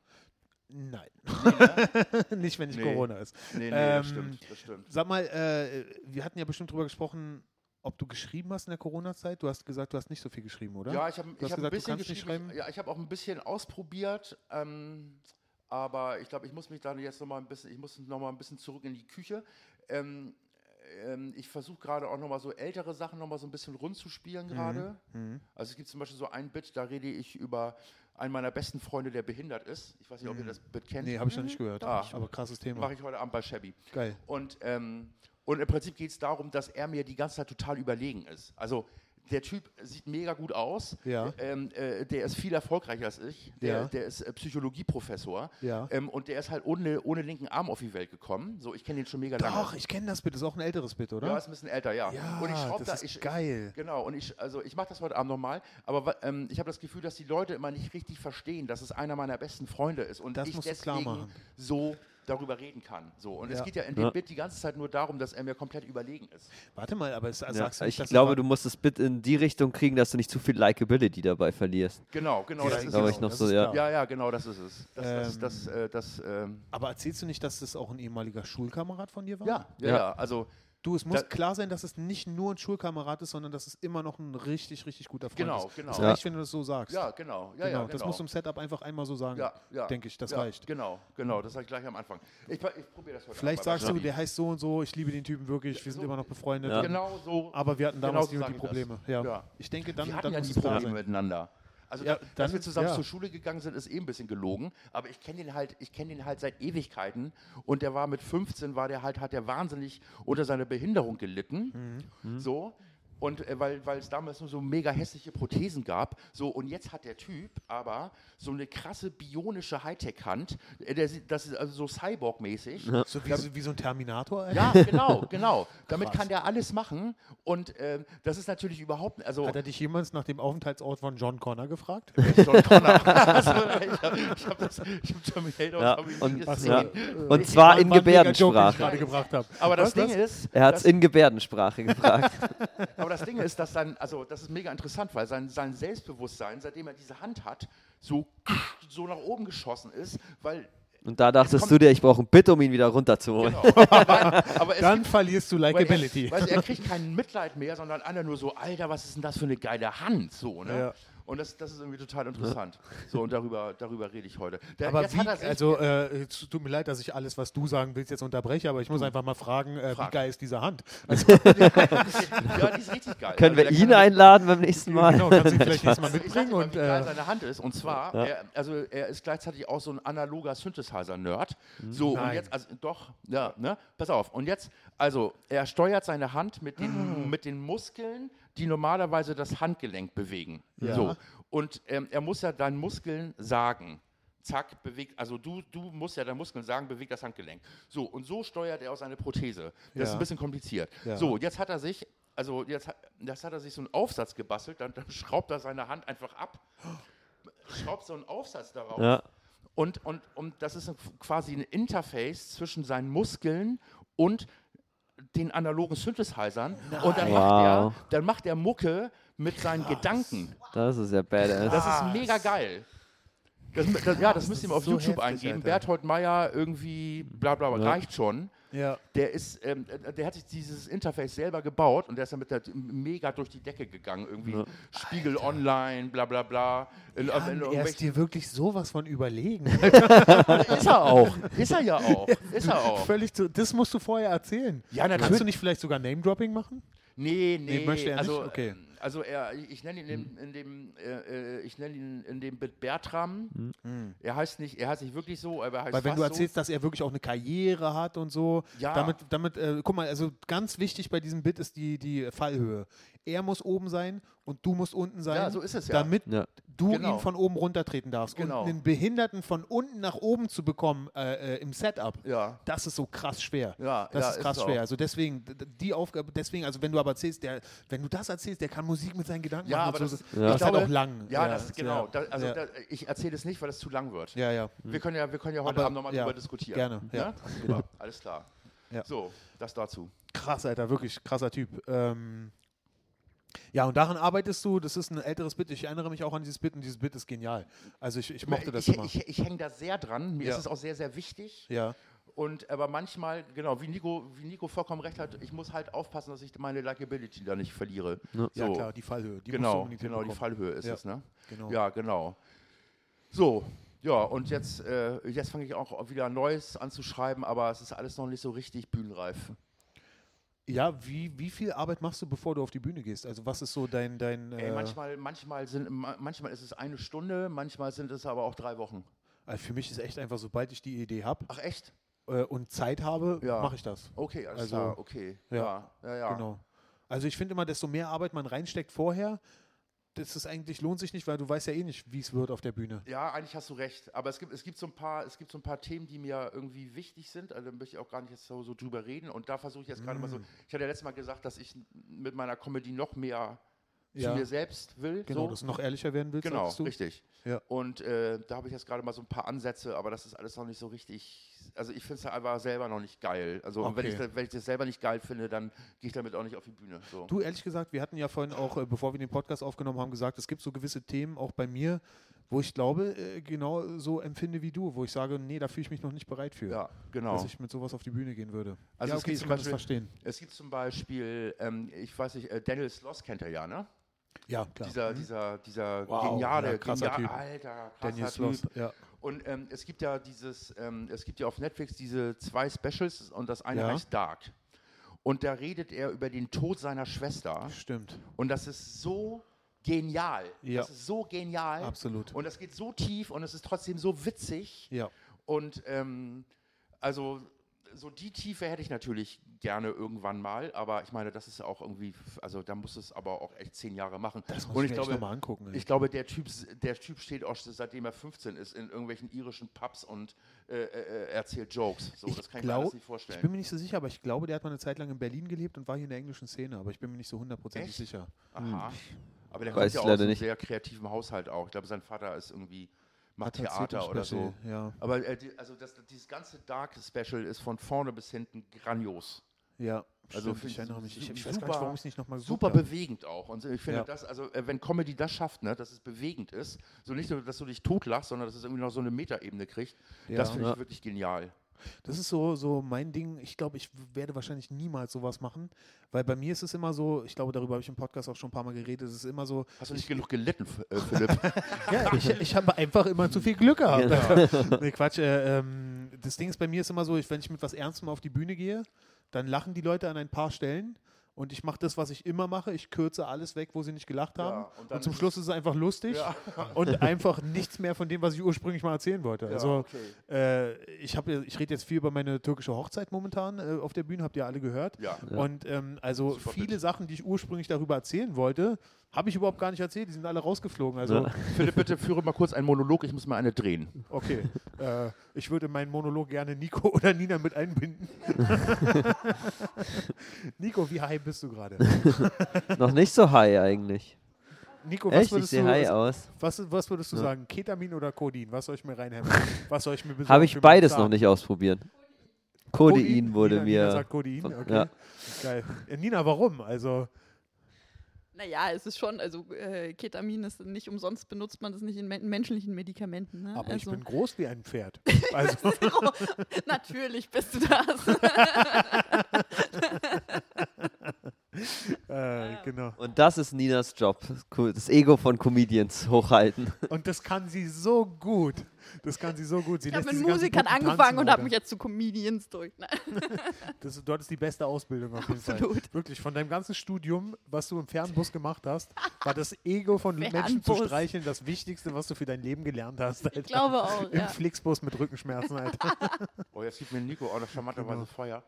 (laughs) Nein. (laughs) Nicht, wenn nicht
ne? Nee.
Corona ist.
Nee, nee,
Ähm,
das stimmt, das stimmt.
Sag mal, äh, wir hatten ja bestimmt drüber gesprochen, ob du geschrieben hast in der Corona-Zeit. Du hast gesagt, du hast nicht so viel geschrieben, oder?
Ja, ich habe
hast
ich hab
gesagt,
ein
ne? du
bisschen
kannst nicht
geschrieben.
schreiben?
Ja, ich habe auch ein bisschen ausprobiert. Ähm, aber ich glaube, ich muss mich dann jetzt noch mal ein bisschen, ich muss noch mal ein bisschen zurück in die Küche. Ähm, ähm, ich versuche gerade auch noch mal so ältere Sachen noch mal so ein bisschen rund zu spielen
Mhm,
gerade. Also es gibt zum Beispiel so ein Bit, da rede ich über einen meiner besten Freunde, der behindert ist. Ich weiß nicht, ob ihr das Bit kennt.
Mhm. Nee, habe ich noch nicht gehört.
Ah.
Aber krasses Thema.
Mache ich heute Abend bei Shabby.
Geil.
Und, ähm, und im Prinzip geht es darum, dass er mir die ganze Zeit total überlegen ist. Also der Typ sieht mega gut aus.
Ja.
Ähm, äh, der ist viel erfolgreicher als ich. Der,
Ja.
der ist äh, Psychologieprofessor.
Ja.
Ähm, und der ist halt ohne, ohne linken Arm auf die Welt gekommen. So, ich kenne den schon mega lange.
Doch, ich kenne das Bit. Ist auch ein älteres Bit, oder?
Ja, ist ein bisschen älter, ja.
Ja,
und ich schraub
das
da,
ist
ich,
geil.
Genau, und ich, also ich mache das heute Abend nochmal, aber wa- ähm, ich habe das Gefühl, dass die Leute immer nicht richtig verstehen, dass es einer meiner besten Freunde ist und
Das
ich
musst du klar
deswegen
machen.
so darüber reden kann. So. Und es
Ja.
geht ja in dem
Ja.
Bit die ganze Zeit nur darum, dass er mir komplett überlegen ist.
Warte mal, aber es,
Ja,
sagst du nicht,
ich
dass es
glaube,
war-
du musst es bitte in die Richtung kriegen, dass du nicht zu viel Likeability dabei verlierst.
Genau, genau,
Ja,
das ist
glaube
es.
ich noch
das
so,
ist
ja.
klar.
Ja, ja, genau, das ist es. Das,
Ähm.
das, das, äh, das ähm,
Aber erzählst du nicht, dass das auch ein ehemaliger Schulkamerad von dir war?
ja, ja,
Ja.
ja, also
Du, es muss
Da-
klar sein, dass es nicht nur ein Schulkamerad ist, sondern dass es immer noch ein richtig, richtig guter Freund
Genau,
ist.
genau.
Das
Ja.
reicht, wenn du das so sagst.
ja, genau, ja,
genau,
ja, genau.
das musst du im Setup einfach einmal so sagen,
ja, ja,
denke ich. Das
ja,
reicht.
Genau, genau, das sage ich gleich am Anfang. Ich, pa- ich probiere das heute
Vielleicht
Abend mal
sagst du,
wahrscheinlich.
der heißt so und so, ich liebe den Typen wirklich, wir sind
So.
immer noch befreundet.
Ja.
Genau so.
Aber wir hatten damals
Genau so
die, und die
sag ich das.
Probleme. Ja.
Ja.
Ich denke, dann,
wir hatten
dann
ja
muss
nie
es klar
Probleme
sein.
miteinander. Also,
Ja,
da- dass
dann-
wir zusammen
ja.
zur Schule gegangen sind, ist eh ein bisschen gelogen. Aber ich kenne den halt, ich kenne den halt seit Ewigkeiten. Und der war mit 15, war der halt, hat er wahnsinnig unter seiner Behinderung gelitten.
Mhm.
So. Und äh, weil, weil es damals nur so mega hässliche Prothesen gab. So, und jetzt hat der Typ aber so eine krasse bionische Hightech-Hand. Äh, der sieht- Das ist also so Cyborg-mäßig.
So wie, so- wie so ein Terminator, Alter.
Ja,
(laughs)
genau, genau. Damit
Krass.
kann der alles machen. Und ähm, das ist natürlich überhaupt, also (laughs)
Hat er dich jemals nach dem Aufenthaltsort von John Connor gefragt? Äh,
John Connor. (laughs) Also, ich habe ich hab das, ich hab Terminator
Ja,
hab ich
und-
nicht
Ach so.
gesehen.
Und zwar in
War ein mega Joke, den ich
Gebärdensprache.
gerade gebracht habe.
Aber das
Was,
Ding ist,
Er hat es
dass-
in Gebärdensprache gefragt.
(laughs)
aber das Ding ist, dass dann, also das ist mega interessant, weil sein, sein Selbstbewusstsein, seitdem er diese Hand hat, so, so nach oben geschossen ist, weil
Und da dachtest
Komm.
du dir, ich brauche ein Bit, um ihn wieder runterzuholen.
genau. aber, aber es
Dann
gibt-
verlierst du
weil
Likeability. (laughs)
er, weil er kriegt kein Mitleid mehr, sondern einer nur so, Alter, was ist denn das für eine geile Hand? So, ne?
Ja.
Und das, das ist irgendwie total interessant. So, und darüber, darüber rede ich heute. Der,
Aber
jetzt
wie,
hat er sich- (laughs)
also äh, es tut mir leid, dass ich alles, was du sagen willst, jetzt unterbreche, aber ich muss einfach mal fragen, äh, wie
Frag.
geil ist diese Hand? Also,
ja, die ist richtig geil. Also,
Können wir
der
ihn
kann-
einladen beim nächsten Mal?
genau,
(laughs)
kannst du ihn vielleicht nächstes Mal
Ich sag
mitbringen
dir mal,
und
wie geil
äh,
seine Hand ist. Und zwar, er, also er ist gleichzeitig auch so ein analoger Synthesizer-Nerd. So, und
Mhm. Nein.
jetzt, also doch, ja, ne? Pass auf. Und jetzt, also er steuert seine Hand mit
Ah.
den, mit den Muskeln, die normalerweise das Handgelenk bewegen.
Ja.
So. Und ähm, er muss ja deinen Muskeln sagen. Zack, bewegt, also du, du musst ja deinen Muskeln sagen, bewegt das Handgelenk. So, und so steuert er auch seine Prothese. Das ist
Ja.
ein bisschen kompliziert.
Ja.
So, jetzt hat er sich, also jetzt hat, das hat er sich so einen Aufsatz gebastelt, dann, (laughs) dann schraubt er seine Hand einfach ab, schraubt so einen Aufsatz darauf.
Ja.
Und, und, und das ist ein- quasi ein Interface zwischen seinen Muskeln und den analogen Synthesizern. Und dann, macht er,
Wow.
dann macht er Mucke mit seinen Gedanken.
Das ist ja badass.
Das ist mega geil. Das, das, ja, das müsst ihr mal auf
so
YouTube
heftig,
eingeben.
Alter.
Berthold Meyer irgendwie, bla bla, bla reicht schon.
ja.
Der ist, ähm, äh, der hat sich dieses Interface selber gebaut und der ist damit halt mega durch die Decke gegangen. Irgendwie Spiegel Online, bla bla bla. In, in, in
er ist
irgendwelchen-
dir wirklich sowas von überlegen.
ist er auch. Ist
(laughs)
er ja auch. Ist er auch.
Völlig zu, das musst du vorher erzählen.
Ja, natürlich.
Kannst du nicht vielleicht sogar Name-Dropping machen?
Nee, nee.
Nee, möchte er
also,
nicht? Okay.
ähm, also er, ich nenne ihn in, in dem, äh, äh, ich nenne ihn in dem Bit Bertram. Er heißt nicht, er heißt nicht wirklich so, aber er
Mhm.
heißt
Weil wenn
fast
du erzählst, dass er wirklich auch eine Karriere hat und so,
Ja.
damit, damit, äh, guck mal, also ganz wichtig bei diesem Bit ist die, die Fallhöhe. Er muss oben sein und du musst unten sein,
Ja, so ist es ja.
damit
Ja.
du
Genau.
ihn von oben runtertreten darfst.
Genau.
Und einen Behinderten von unten nach oben zu bekommen äh, äh, im Setup,
so. Ja.
das ist so krass schwer.
Ja,
das
ja,
ist
ist
krass
so.
schwer. Also deswegen, d- d- die Aufgabe, deswegen, also wenn du aber erzählst, der, wenn du das erzählst, der kann Musik mit seinen Gedanken
Ja,
machen.
aber
und
das,
so,
ist-
das
ich
ist halt
glaube-
auch lang.
Ja, das
ist-
genau.
ja.
Da, also
ja.
Da, ich erzähle es nicht, weil das zu lang wird.
ja, ja.
Wir können ja, wir können ja heute
Aber-
Abend nochmal
ja,
drüber diskutieren. Ne?
gerne, ja.
Super, alles klar.
Ja.
So, das dazu.
Krass, Alter, wirklich krasser Typ. Ähm, ja, und daran arbeitest du. Das ist ein älteres Bit. Ich erinnere mich auch an dieses Bit und dieses Bit ist genial. Also ich, ich mochte das
Äh, ich
immer.
ich, ich hänge da sehr dran. Mir
Ja.
ist es auch sehr, sehr wichtig.
ja.
Und aber manchmal, genau, wie Nico, wie Nico vollkommen recht hat, ich muss halt aufpassen, dass ich meine Likability da nicht verliere.
ja,
So.
klar, die Fallhöhe. Die musst du
genau,
unbedingt
genau, die
hinbekommen.
Fallhöhe ist
Ja.
es, ne?
Genau.
Ja, genau. So, ja, und jetzt, äh, jetzt fange ich auch wieder Neues anzuschreiben, aber es ist alles noch nicht so richtig bühnenreif.
Ja, wie, wie viel Arbeit machst du, bevor du auf die Bühne gehst? Also was ist so dein... dein
Ey,
äh,
manchmal, manchmal, sind, ma- manchmal ist es eine Stunde, manchmal sind es aber auch drei Wochen.
also für mich ist echt einfach, sobald ich die Idee habe
Ach echt?
äh, und Zeit habe,
Ja.
mache ich das.
Okay, alles
Also,
klar, okay.
ja,
Ja, ja, ja.
Genau. Also ich finde immer, desto mehr Arbeit man reinsteckt vorher, das ist eigentlich lohnt sich nicht, weil du weißt ja eh nicht, wie es wird auf der Bühne.
Ja, eigentlich hast du recht. Aber es gibt, es gibt so ein paar, es gibt so ein paar Themen, die mir irgendwie wichtig sind. Also da möchte ich auch gar nicht jetzt so, so drüber reden. Und da versuche ich jetzt gerade mal
Mm.
so. Ich hatte ja letztes Mal gesagt, dass ich n- mit meiner Comedy noch mehr
Ja.
zu mir selbst will.
Genau,
so.
dass du noch ehrlicher werden willst.
genau
sagst du?
richtig.
Ja.
Und äh, da habe ich jetzt gerade mal so ein paar Ansätze, aber das ist alles noch nicht so richtig. Also ich finde es einfach selber noch nicht geil. Also und wenn,
Okay.
ich, da- wenn ich das selber nicht geil finde, dann gehe ich damit auch nicht auf die Bühne. So.
Du, ehrlich gesagt, wir hatten ja vorhin auch, äh, bevor wir den Podcast aufgenommen haben, gesagt, es gibt so gewisse Themen, auch bei mir, wo ich glaube, äh, genau so empfinde wie du, wo ich sage, nee, da fühle ich mich noch nicht bereit für,
ja, genau.
dass ich mit sowas auf die Bühne gehen würde.
Also
ja,
es
okay,
gibt
ich
zum
kann das
Beispiel-
verstehen.
es gibt zum Beispiel, ähm, ich weiß nicht, äh, Daniel Sloss kennt er ja, ne?
Ja, klar. Mhm.
Dieser, dieser, dieser
Wow,
geniale,
ja, krasser
genial,
Typ.
alter, krasser
Daniel
Typ.
Sloss. Ja.
Und ähm, es gibt ja dieses, ähm, es gibt ja auf Netflix diese zwei Specials und das eine
Ja.
heißt Dark. Und da redet er über den Tod seiner Schwester.
Stimmt.
Und das ist so genial.
Ja.
Das ist so genial.
Absolut.
Und das geht so tief und es ist trotzdem so witzig.
Ja.
Und ähm, also so die Tiefe hätte ich natürlich gerne irgendwann mal, aber ich meine, das ist auch irgendwie, also da muss es aber auch echt zehn Jahre machen.
Das muss
und
ich
ich
mir echt
glaube,
noch mal angucken, ey.
ich glaube, der Typ, s- der Typ steht auch schon, seitdem er 15 ist in irgendwelchen irischen Pubs und äh, äh, erzählt Jokes. So, das kann ich mir
glaub-
alles nicht
Ich bin
vorstellen.
mir nicht so sicher, aber ich glaube, der hat mal eine Zeit lang in Berlin gelebt und war hier in der englischen Szene, aber ich bin mir nicht so hundertprozentig
Echt?
sicher. Hm.
Aha. Aber der
Weiß
kommt
ich
ja auch aus
leider
einem
nicht.
sehr kreativen Haushalt auch. Ich glaube, sein Vater ist irgendwie macht
Hat erzählt
Theater
im
oder
Special,
so.
Ja.
Aber äh, die, also das, dieses ganze Dark Special ist von vorne bis hinten grandios.
Ja.
Also
stimmt,
finde
ich
ich
erinnere mich. Ich,
su-
ich weiß gar nicht,
super-
warum ich es nicht nochmal geguckt
Super
habe.
bewegend auch. Und ich finde
Ja.
das, also äh, wenn Comedy das schafft, ne, dass es bewegend ist, so nicht nur, dass du dich totlachst, sondern dass es irgendwie noch so eine Metaebene kriegt,
Ja.
das finde ich
Ja.
wirklich genial.
Das ist so, so mein Ding. Ich glaube, ich werde wahrscheinlich niemals sowas machen, weil bei mir ist es immer so, ich glaube, darüber habe ich im Podcast auch schon ein paar Mal geredet, es ist immer so,
Hast du nicht genug gelitten, F- äh, Philipp?
(laughs) ja, ich, ich habe einfach immer zu viel Glück gehabt. (laughs) nee, Quatsch. Äh, ähm, das Ding ist bei mir ist immer so, ich, wenn ich mit was Ernstem auf die Bühne gehe, dann lachen die Leute an ein paar Stellen und ich mache das, was ich immer mache. Ich kürze alles weg, wo sie nicht gelacht haben.
und
und,
dann
zum
ist-
Schluss ist es einfach lustig
Ja.
(laughs) und einfach nichts mehr von dem, was ich ursprünglich mal erzählen wollte.
Ja,
also
okay.
äh, ich, hab ja- ich rede jetzt viel über meine türkische Hochzeit momentan äh, auf der Bühne, habt ihr alle gehört.
Ja.
Und ähm, also
Super
viele
Bit.
Sachen, die ich ursprünglich darüber erzählen wollte, habe ich überhaupt gar nicht erzählt. Die sind alle rausgeflogen. Also
Ja.
Philipp, bitte führe mal kurz einen Monolog, ich muss mal eine drehen.
Okay, äh, ich würde in meinen Monolog gerne Nico (laughs) oder Nina mit
(laughs)
einbinden. Nico, wie high bist du gerade?
(laughs) Noch nicht so high eigentlich.
Nico, was
Echt? Ich
würdest
sehe high
du,
aus.
was, was würdest du
Ja.
sagen? Ketamin oder Codein? Was soll ich mir reinhemmen? Was soll ich mir besorgen
Habe ich
für meinen
beides
Zahn?
noch nicht ausprobiert. Codein wurde
Nina, Nina
mir.
sagt Codein,
von-
okay.
ja.
Geil. Äh, Nina, warum? Also,
Naja, es ist schon, also äh, Ketamin ist nicht umsonst, benutzt man das nicht in men menschlichen Medikamenten. Ne?
aber ich
also, (laughs)
bin groß wie ein Pferd. Also,
natürlich bist du
(laughs)
das.
äh, genau.
Und das ist Ninas Job. Cool, Das Ego von Comedians hochhalten.
Und das kann sie so gut. Das kann sie so gut. Sie
Ich habe
lässt
mit
diese ganzen
Musikern
Puppen
angefangen
tanzen,
und habe
Alter.
mich jetzt zu Comedians durch. ne? Nein,
Das, dort ist die beste Ausbildung auf jeden Fall.
Absolut.
Wirklich, von deinem ganzen Studium, was du im Fernbus gemacht hast, war das Ego
(laughs)
von Menschen zu
Fernbus.
streicheln das Wichtigste, was du für dein Leben gelernt hast. Alter.
ich glaube auch.
Im
Ja.
Flixbus mit Rückenschmerzen,
(laughs)
Alter.
Oh, jetzt gibt mir Nico auch noch
Genau.
charmanterweise Feuer.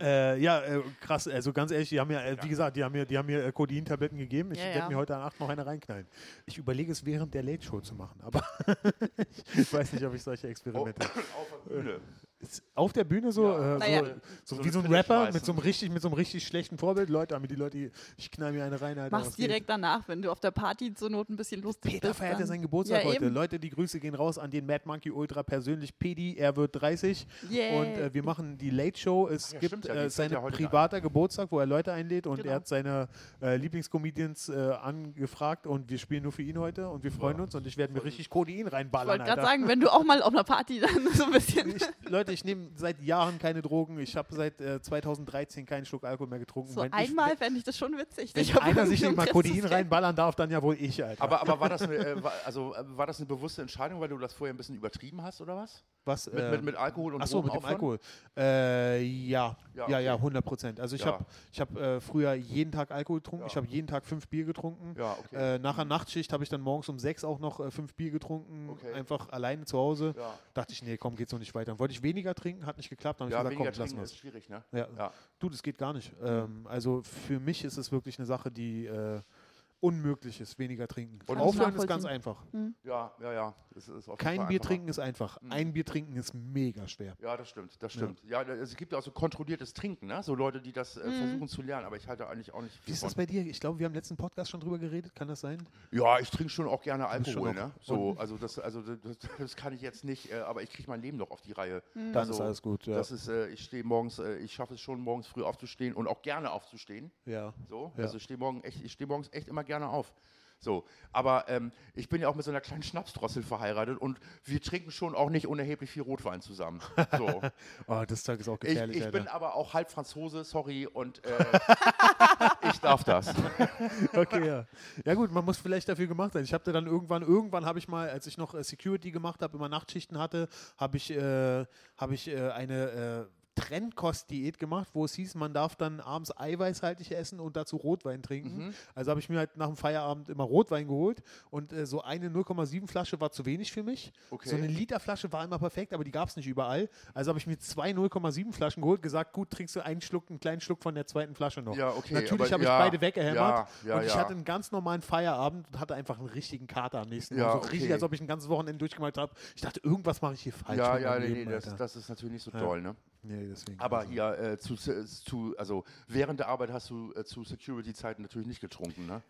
äh, ja, äh, krass. Also ganz ehrlich, die haben ja, äh, wie gesagt, die haben mir, die haben mir äh, Codein-Tabletten gegeben. Ich
Ja,
werde
ja.
mir heute an 8 noch eine reinknallen. Ich überlege es, während der Late Show zu machen, aber (laughs) ich weiß nicht, ob ich solche Experimente.
Oh, (clears throat) Auf der Bühne.
Ist Auf der Bühne so,
Ja.
äh,
Naja.
so, so,
So
wie
eine
so ein
Pille
Rapper
schmeißen.
mit so, einem richtig, mit so einem richtig schlechten Vorbild. Leute, haben mir die Leute, ich knall mir eine rein, Alter.
Mach's
was geht?
direkt danach, wenn du auf der Party zur Not ein bisschen lustig
Peter
bist.
feiert ja
dann-
seinen Geburtstag
Ja,
heute.
eben.
Leute, die Grüße gehen raus an den Mad Monkey Ultra persönlich. Pedi, er wird 30.
Yay.
Und äh, wir machen die Late Show. Es
Ach ja,
gibt
stimmt ja, die
äh,
fällt
seinen
ja heute
privater Geburtstag, wo er Leute einlädt und
Genau.
er hat seine äh, Lieblingscomedians äh, angefragt und wir spielen nur für ihn heute und wir freuen uns und ich werde mir richtig Codein
ich
reinballern.
wollte gerade
Alter.
sagen, wenn du auch mal auf einer Party (laughs) dann so ein bisschen.
Ich, Leute, ich nehme seit Jahren keine Drogen. Ich habe seit äh, 2013 keinen Schluck Alkohol mehr getrunken.
(laughs) So
Wenn
einmal fände ich das schon witzig.
ich,
dich
wenn
auf
einer sich nicht
irgendeinem
mal
Fest
Codein
zu sehen.
reinballern darf, dann ja wohl ich, Alter.
Aber, aber war, das eine, äh, war, also, äh, war das eine bewusste Entscheidung, weil du das vorher ein bisschen übertrieben hast, oder was?
was,
Mit,
äh,
mit, mit Alkohol und
Achso, mit dem
Drogenaufwand?
Alkohol. Äh, ja.
Ja,
Ja, ja,
okay.
100 Prozent. Also ich
Ja.
habe ich hab, äh, früher jeden Tag Alkohol getrunken.
Ja.
Ich habe jeden Tag fünf Bier getrunken.
Ja, okay.
Äh, nach der Nachtschicht habe ich dann morgens um sechs auch noch äh, fünf Bier getrunken.
Okay.
Einfach alleine zu Hause.
Ja.
Dachte ich, nee, komm, geht so nicht weiter. Dann wollte ich weniger trinken, hat nicht geklappt. Dann
ja,
habe ich
weniger
gesagt, komm, lassen
trinken
wir
ist schwierig, ne?
ja.
Ja.
Du, das geht gar nicht. Ähm, also für mich ist es wirklich eine Sache, die äh, unmöglich ist, weniger trinken.
Und-
Aufhören ist ganz
Nachvollziehen.
einfach.
Ja, ja, ja. Das ist auf jeden
Kein
Fall
Bier
einfacher.
trinken ist einfach. Mhm. Ein Bier trinken ist mega schwer.
Ja, das stimmt, das stimmt. Ja, da- es gibt ja auch so kontrolliertes Trinken, ne? So Leute, die das äh, versuchen zu lernen, aber ich halte eigentlich auch nicht
Mhm. Wie
viel
ist das
von.
bei dir? Ich glaube, wir haben im letzten Podcast schon drüber geredet. Kann das sein?
Ja, ich trinke schon auch gerne
bist
Alkohol,
schon
ne?
noch-
So, also das, also das, das kann ich jetzt nicht, äh, aber ich kriege mein Leben doch auf die Reihe.
Mhm. Dann
Also,
ist alles gut. Ja.
Das ist, äh, ich stehe morgens, äh, ich schaffe es schon morgens früh aufzustehen und auch gerne aufzustehen.
ja.
So,
Ja.
also ich stehe morgen echt, ich stehe morgens echt immer gerne auf. So, aber ähm, ich bin ja auch mit so einer kleinen Schnapsdrossel verheiratet und wir trinken schon auch nicht unerheblich viel Rotwein zusammen.
(laughs)
So.
Oh, das Zeug ist auch
Ich,
gefährlich.
ich bin
Alter.
aber auch halb Franzose, sorry, und äh,
(laughs)
ich darf
Halt
das.
okay, ja. ja gut, man muss vielleicht dafür gemacht sein. Ich habe dann irgendwann, irgendwann habe ich mal, als ich noch äh, Security gemacht habe, immer Nachtschichten hatte, habe ich, äh, hab ich äh, eine äh, Trennkost-Diät gemacht, wo es hieß, man darf dann abends eiweißhaltig essen und dazu Rotwein trinken. Also habe ich mir halt nach dem Feierabend immer Rotwein geholt und äh, so eine 0,7 Flasche war zu wenig für mich.
Okay.
So eine Literflasche war immer perfekt, aber die gab es nicht überall. Also habe ich mir zwei 0,7 Flaschen geholt, gesagt, gut, trinkst du einen Schluck, einen kleinen Schluck von der zweiten Flasche noch.
Ja, okay,
Natürlich
aber-
habe ich
ja,
beide weggehämmert
ja, ja,
und ich
ja.
hatte einen ganz normalen Feierabend und hatte einfach einen richtigen Kater am nächsten Tag.
Ja,
So richtig,
okay.
als ob ich ein ganzes Wochenende durchgemacht habe. Ich dachte, irgendwas mache ich hier falsch.
ja,
mit
ja,
meinem
nee, nee,
Leben,
das,
Alter.
das ist natürlich nicht so
Ja.
toll, ne?
nee, deswegen.
Aber
also.
ja,
(laughs)
äh, zu, zu, also während der Arbeit hast du äh, zu Security-Zeiten natürlich nicht getrunken, ne?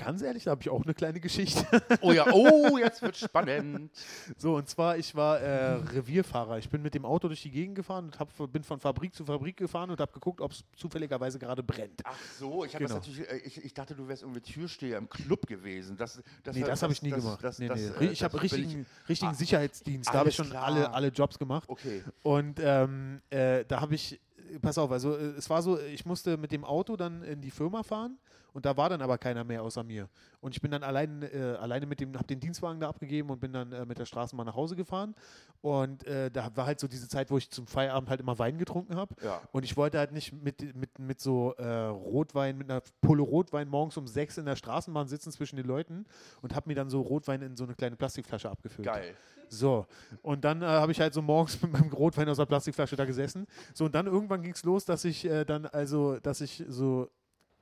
ganz ehrlich, da habe ich auch eine kleine Geschichte. (laughs)
Oh ja, oh, jetzt wird spannend.
So, und zwar, ich war äh, Revierfahrer. Ich bin mit dem Auto durch die Gegend gefahren und hab, bin von Fabrik zu Fabrik gefahren und habe geguckt, ob es zufälligerweise gerade brennt.
Ach so, ich, hab
Genau.
das natürlich, äh, ich, ich dachte, du wärst irgendwie Türsteher im Club gewesen. Das, das,
Nee, das habe ich nie
das-
gemacht.
das-
nee,
das,
nee.
äh,
Ri- ich
das
habe
will ich-
richtigen, richtigen
Ah,
Sicherheitsdienst. Da habe ich
alles
schon
klar.
alle, alle Jobs gemacht.
Okay.
Und ähm, äh, da habe ich, pass auf, also äh, es war so, ich musste mit dem Auto dann in die Firma fahren und da war dann aber keiner mehr außer mir. Und ich bin dann allein, äh, alleine mit dem, habe den Dienstwagen da abgegeben und bin dann äh, mit der Straßenbahn nach Hause gefahren. Und äh, da war halt so diese Zeit, wo ich zum Feierabend halt immer Wein getrunken habe.
Ja.
Und ich wollte halt nicht mit, mit, mit so äh, Rotwein, mit einer Pulle Rotwein morgens um sechs in der Straßenbahn sitzen zwischen den Leuten und habe mir dann so Rotwein in so eine kleine Plastikflasche abgefüllt.
Geil.
So, und dann äh, habe ich halt so morgens (laughs) mit meinem Rotwein aus der Plastikflasche da gesessen. So, und dann irgendwann ging es los, dass ich äh, dann, also, dass ich so,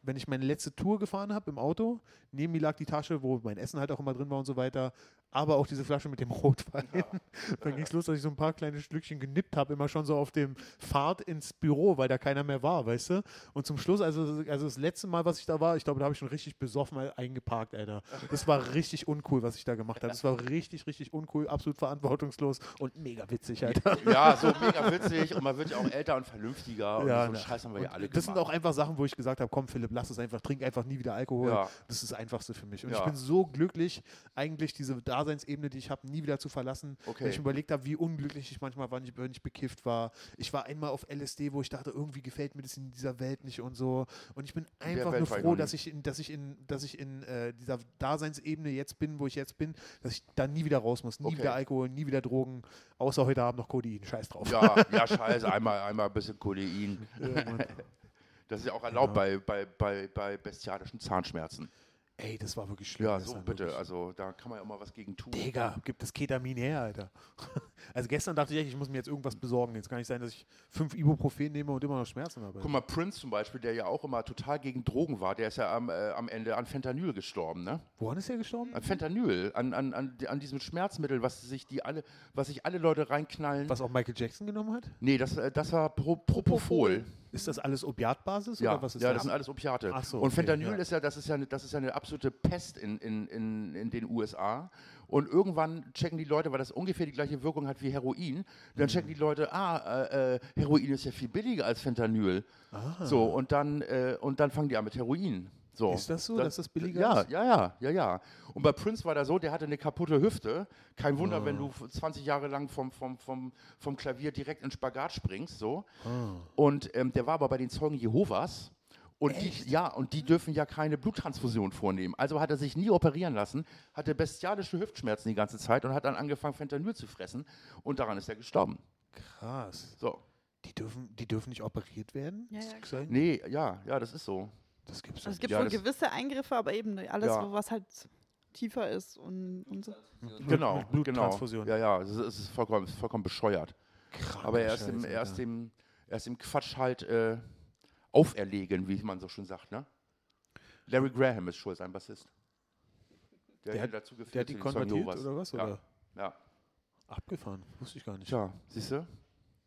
wenn ich meine letzte Tour gefahren habe im Auto, neben mir lag die Tasche, wo mein Essen halt auch immer drin war und so weiter, aber auch diese Flasche mit dem (laughs) Rotwein. Dann ging es los, dass ich so ein paar kleine Schlückchen genippt habe, immer schon so auf dem Fahrt ins Büro, weil da keiner mehr war, weißt du? Und zum Schluss, also, also das letzte Mal, was ich da war, ich glaube, da habe ich schon richtig besoffen mal eingeparkt, Alter. Das war richtig uncool, was ich da gemacht habe. Das war richtig, richtig uncool, absolut verantwortungslos und mega witzig, Alter.
Ja, so mega witzig und man wird ja auch älter und vernünftiger und so einen
na.
Scheiß haben wir ja
ne. Und
alle
das sind
gemacht.
auch einfach Sachen, wo ich gesagt habe, komm Philipp, lass es einfach, trink einfach nie wieder Alkohol.
Ja.
Das ist das Einfachste für mich. Und
Ja.
ich bin so glücklich, eigentlich diese Daseinsebene, die ich habe, nie wieder zu verlassen.
Okay.
Wenn ich überlegt habe, wie unglücklich ich manchmal war, wenn ich- wenn ich bekifft war. Ich war einmal auf LSD, wo ich dachte, irgendwie gefällt mir das in dieser Welt nicht und so. Und ich bin einfach
Welt
nur
war ich
froh,
noch
dass ich in, dass ich in, dass ich in äh, dieser Daseinsebene jetzt bin, wo ich jetzt bin, dass ich da nie wieder raus muss. Nie
Okay.
wieder Alkohol, nie wieder Drogen, außer heute Abend noch Codein. Scheiß drauf.
Ja, ja, scheiße, einmal, einmal ein bisschen Kolein.
Ja, Mann.
Das ist ja auch erlaubt bei, bei, bei, bei bestialischen Zahnschmerzen.
Ey, das war wirklich schlimm.
Ja, so
gestern,
bitte.
wirklich.
Also da kann man ja auch mal was gegen tun.
Digga, gibt das Ketamin her, Alter. (laughs) Also gestern dachte ich echt, ich muss mir jetzt irgendwas besorgen. Jetzt kann nicht sein, dass ich fünf Ibuprofen nehme und immer noch Schmerzen habe.
Guck mal, Prince zum Beispiel, der ja auch immer total gegen Drogen war, der ist ja am, äh, am Ende an Fentanyl gestorben, ne?
Woran ist er gestorben?
An Fentanyl, an, an, an, an diesem Schmerzmittel, was sich die alle, was sich alle Leute reinknallen.
Was auch Michael Jackson genommen hat?
Nee, das, äh, das war Pro Propofol.
Ist das alles Opiatbasis?
Ja,
oder was ist
ja, das
das?
sind alles Opiate.
Ach so,
und
okay,
Fentanyl
ja.
ist ja, das ist ja, eine, das ist ja eine absolute Pest in, in, in, in den USA. Und irgendwann checken die Leute, weil das ungefähr die gleiche Wirkung hat wie Heroin,
Mhm.
dann checken die Leute, ah, äh, äh, Heroin ist ja viel billiger als Fentanyl.
Ah.
So, und dann, äh, und dann fangen die an mit Heroin. So.
Ist das so, dass das billiger
ja,
ist?
Ja, ja, ja, ja. Und bei Prince war das so, der hatte eine kaputte Hüfte. Kein Wunder, wenn
Ah.
du 20 Jahre lang vom, vom, vom, vom Klavier direkt in Spagat springst. So.
Ah.
Und ähm, der war aber bei den Zeugen Jehovas. Und die, ja, und die dürfen ja keine Bluttransfusion vornehmen. Also hat er sich nie operieren lassen, hatte bestialische Hüftschmerzen die ganze Zeit und hat dann angefangen, Fentanyl zu fressen. Und daran ist er gestorben.
Krass.
So.
Die dürfen, die dürfen nicht operiert werden?
Ja,
Ist
ja,
das sein?
Nee, ja, ja, das ist so.
Das gibt's
Also es
nicht.
gibt
Ja,
wohl
das-
gewisse Eingriffe, aber eben alles,
Ja.
wo was halt tiefer ist und, und so.
Mit-
Genau.
Mit Bluttransfusion.
Genau. Ja, ja, es ist, es ist vollkommen, vollkommen bescheuert.
Kranker
Aber erst
Scheiß,
im, erst
Alter.
im, erst im Quatsch halt äh, auferlegen, wie man so schön sagt, ne? Larry Graham ist schuld, sein Bassist.
Der
ihn
hat-
dazu geführt
Der hat die
zu den Zeugen
konvertiert
Jehovas.
oder was?
Ja,
Oder?
ja.
Abgefahren. Wusste ich gar nicht.
Tja, siehst du?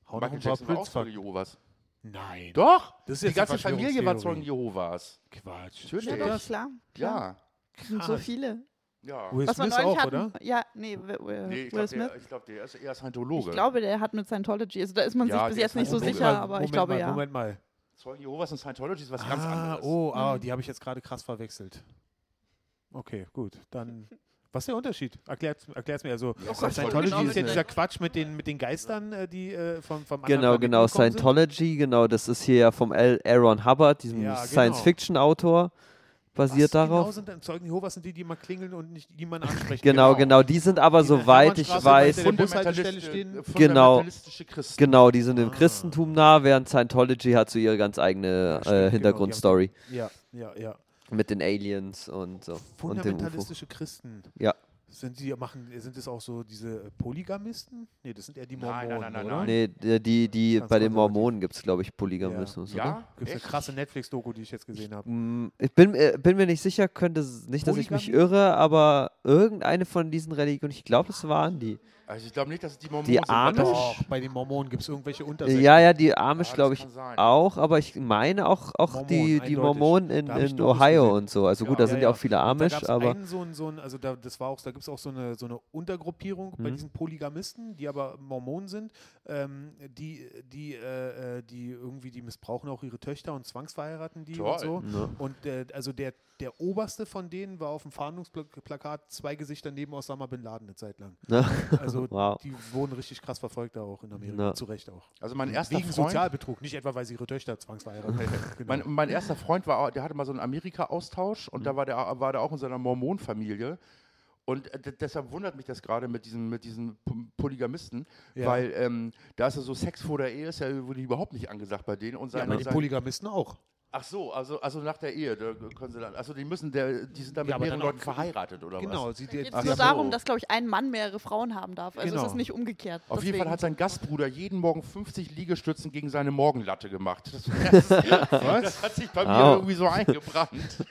Hau noch
Michael
ein paar
Jackson war auch
Prinz
Zeuge Jehovas.
Nein.
Doch!
Das ist
Die
jetzt
ganze
eine
Familie war Zeugen
Verschwörungstheorie.
Jehovas.
Quatsch.
Natürlich.
Ja,
Stimmt
doch,
das?
klar.
Ja,
Sind so
Krass.
viele.
ja.
Will
Was wir
Smith
neulich
auch,
hatten.
oder?
Ja, nee, Will, Will,
Nee, ich
Will
glaube,
Smith.
der, ich glaub, der ist eher Scientologe.
ich glaube, der hat mit Scientology, also da ist man
Ja,
sich bis
der
jetzt
ist
nicht so
Moment
sicher,
mal,
aber ich
Moment
glaube
mal,
ja.
Moment mal.
Zeugen Jehovas und Scientology ist was ganz anderes.
Oh, ah,
Mhm.
die habe ich jetzt gerade krass verwechselt. Okay, gut. Dann. Was ist der Unterschied? Erklärt erklär's mir. Also,
Oh Gott,
Scientology
genau,
ist ja
mit
dieser Quatsch mit den, mit den Geistern, äh, die äh, vom, vom anderen
Genau,
Planeten
genau,
gekommen sind.
Scientology, genau, das ist hier ja vom L. Aaron Hubbard, diesem
Ja, genau.
Science-Fiction-Autor, basiert
Was
darauf.
Genau sind dann Zeugen Jehovas sind die, die immer klingeln und nicht niemanden ansprechen.
(laughs) Genau, genau, die sind aber,
Die in der
soweit ich
Hermannstraße
weiß,
bei der Bushaltestelle
Fundamentalist-
stehen.
äh,
Genau.
fundamentalistische Christen.
genau, die sind
Ah.
dem Christentum nah, während Scientology hat so ihre ganz eigene
stimmt,
äh,
genau,
Hintergrundstory
Ja, ja, ja.
mit den Aliens und so und dem UFO.
Fundamentalistische Christen.
Ja.
Sind die machen, sind es auch so diese Polygamisten? Nee, das sind eher die
Nein, nein,
Mormonen,
nein, nein,
oder?
nein.
Nee, die, die, die
Ganz
bei den
konservativ.
Mormonen gibt es, glaube ich, Polygamismus. oder?
Ja,
Gibt es eine
echt?
krasse Netflix-Doku, die ich jetzt gesehen habe.
Mm, Ich bin, äh, bin mir nicht sicher, könnte s- nicht, dass ich mich
Polygamie?
irre, aber irgendeine von diesen Religionen, ich glaube, das waren die.
Also ich glaube nicht, dass es die Mormonen
Die
sind. weil das-
Amish?
Doch, bei den Mormonen gibt es irgendwelche Untersekten.
Ja, ja, die Amish,
das
glaube ich,
kann sein.
auch, aber ich meine auch, auch
Mormonen,
die, die
eindeutig.
Mormonen in,
Da hab ich
in
Dokus
Ohio
gesehen.
und so. Also
Ja,
gut, da
ja,
sind
ja.
ja auch viele
Und
Amish,
da gab's
aber
einen so ein, so ein, also da, das war auch, da gibt es auch so eine, so eine Untergruppierung bei
Mhm.
diesen Polygamisten, die aber Mormonen sind, ähm, die, die, äh, äh, die irgendwie, die missbrauchen auch ihre Töchter und zwangsverheiraten die
Toll.
und so.
Ja.
Und äh, also der, der oberste von denen war auf dem Fahndungsplakat zwei Gesichter neben Osama Bin Laden eine Zeit lang.
Na,
Also
Wow.
die wurden richtig krass verfolgt da auch in Amerika,
Ja.
zu Recht auch.
Also mein erster
Wegen
Freund,
Sozialbetrug, nicht etwa, weil sie ihre Töchter zwangsverheiraten. genau.
mein, mein erster Freund war, auch- der hatte mal so einen Amerika-Austausch und
Mhm.
da war der, war der auch in seiner Mormonenfamilie. Und äh, d- deshalb wundert mich das gerade mit diesen, mit diesen P- Polygamisten,
Ja.
weil ähm, da ist ja so Sex vor der Ehe, ist ja wohl überhaupt nicht angesagt bei denen. Und
ja,
sein,
aber die
sein,
Polygamisten auch.
ach so, also, also nach der Ehe, da können sie dann, also die müssen, der, die sind
Ja,
dann mit
aber
mehreren
dann auch-
Leuten verheiratet oder
Genau,
was?
sie, die,
Geht
Ach
es nur
so.
darum, dass, glaube ich, ein Mann mehrere Frauen haben darf. Also
Genau.
es ist nicht umgekehrt.
Auf jeden Fall hat sein Gastbruder jeden Morgen 50 Liegestützen gegen seine
(laughs)
Morgenlatte gemacht. (laughs) Das, das hat sich bei mir
Au.
irgendwie so eingebrannt.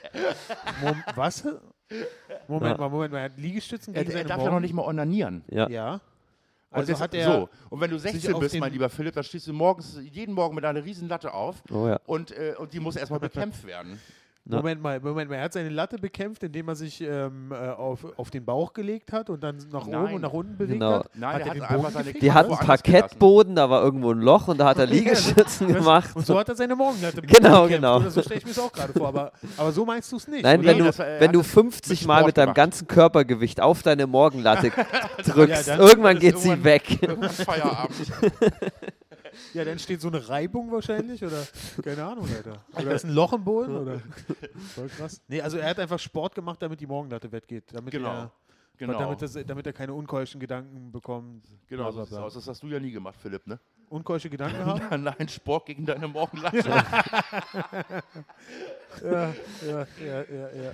Mom was? Moment
Ja.
mal, Moment mal, er hat Liegestützen
Er,
gegen
er
seine
Äh, darf
Morgen.
ja noch nicht mal onanieren.
(laughs) ja.
Ja.
Und
Also
das-
hat er
so. ne? Und wenn du
sich
16
auf
bist,
den-
mein lieber Philipp, dann stehst du morgens jeden Morgen mit einer riesen Latte auf
Oh ja.
und, äh, und die
(laughs)
muss erstmal bekämpft werden.
Na.
Moment mal, Moment mal, er hat seine Latte bekämpft, indem er sich ähm, äh, auf, auf den Bauch gelegt hat und dann nach oben
Nein.
und nach unten bewegt
Genau.
hat.
Nein,
hat
der
er
hat
den
einfach
Boden
seine
gefickt?
Die hatten
woanders
Parkettboden, da war irgendwo ein Loch und da hat er Liegestützen gemacht.
Und so hat er seine
(laughs)
Morgenlatte
Genau,
bekämpft,
genau.
Oder so stelle ich mir es auch gerade vor, aber, aber so meinst du es nicht.
Nein,
oder?
wenn
Nee,
du,
das war- er
wenn
hat
du
das
50
mit
Mal mit
Sport
deinem
gemacht.
ganzen Körpergewicht auf deine Morgenlatte drückst,
Ja, dann-
irgendwann
dann
geht
ist
sie
irgendwann- (laughs)
weg.
(laughs)
Irgendwann Feierabend.
Ja, dann steht so eine Reibung wahrscheinlich oder keine Ahnung,
(laughs)
Alter. Oder ist ein Loch im Boden oder? Voll krass. Nee, also er hat einfach Sport gemacht, damit die Morgenlatte wettgeht. Damit
Genau.
Er,
Genau,
Damit, das, damit er keine unkeuschen Gedanken bekommt. Bla, bla,
genau so sieht's
bla.
aus. Das hast du ja nie gemacht, Philipp, ne?
Unkeusche (laughs) Gedanken haben?
(laughs) Nein, Sport gegen deine Morgenlatte.
ja, ja, ja, ja, ja.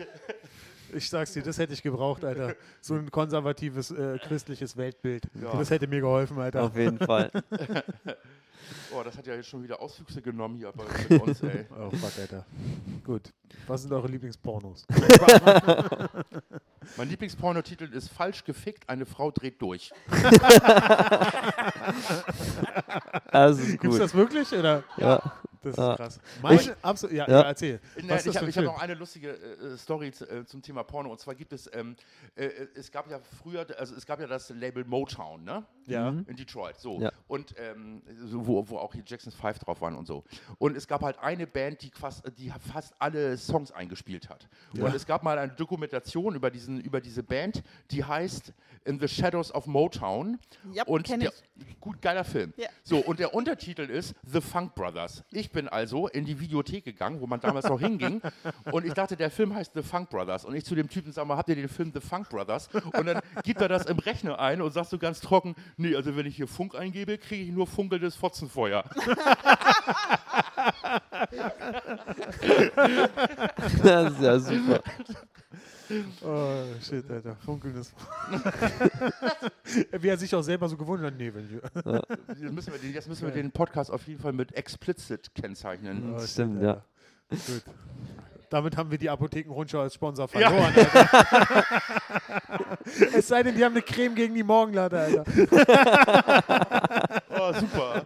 Ich sag's dir, das hätte ich gebraucht, Alter. So ein konservatives, äh, christliches Weltbild.
Ja.
Das hätte mir geholfen, Alter.
Auf jeden Fall.
Oh, das hat ja jetzt schon wieder Auswüchse genommen hier bei bei uns,
(laughs)
ey.
Oh, fuck, Alter. Gut. Was sind eure Lieblingspornos?
Mein Lieblingspornotitel ist Falsch gefickt, eine Frau dreht durch.
Das ist
Gibt's
gut.
das wirklich? Oder?
Ja.
Das ist
Ja.
krass.
Ich-
Meine, absolut. Ja,
Ja.
ja. erzähl.
Nein,
Was ist
Äh,
das
ich
für ein
habe hab
Film?
noch eine lustige äh, Story z- äh, zum Thema Porno. Und zwar gibt es, ähm, äh, es gab ja früher, also es gab ja das Label Motown, ne?
Ja.
In Detroit, so.
Ja.
Und ähm, so, wo, wo auch die Jackson 5 drauf waren und so. Und es gab halt eine Band, die fast, die fast alle Songs eingespielt hat. Und es gab mal eine Dokumentation über, diesen, über diese Band, die heißt In the Shadows of Motown.
Ja,
und
kenn
der, gut geiler Film.
Ja.
So, und der Untertitel ist The Funk Brothers. Ich bin also in die Videothek gegangen, wo man damals noch hinging. Und ich dachte, der Film heißt The Funk Brothers. Und ich zu dem Typen sag mal, habt ihr den Film The Funk Brothers? Und dann gibt er das im Rechner ein und sagt so ganz trocken, nee, also wenn ich hier Funk eingebe, kriege ich nur funkelndes Fotzenfeuer.
Das ist ja super.
Oh, shit, Alter. Funkelndes. (laughs) Wie er sich auch selber so gewundert hat. Nee, wenn ich.
Jetzt müssen wir den, jetzt müssen wir den Podcast auf jeden Fall mit explicit kennzeichnen.
Oh, shit,
Stimmt, ja.
Alter. Gut. (laughs) Damit haben wir die Apothekenrundschau als Sponsor verloren. Alter. es sei denn, die haben eine Creme gegen die Morgenlatte, Alter.
Oh,
(laughs)
super.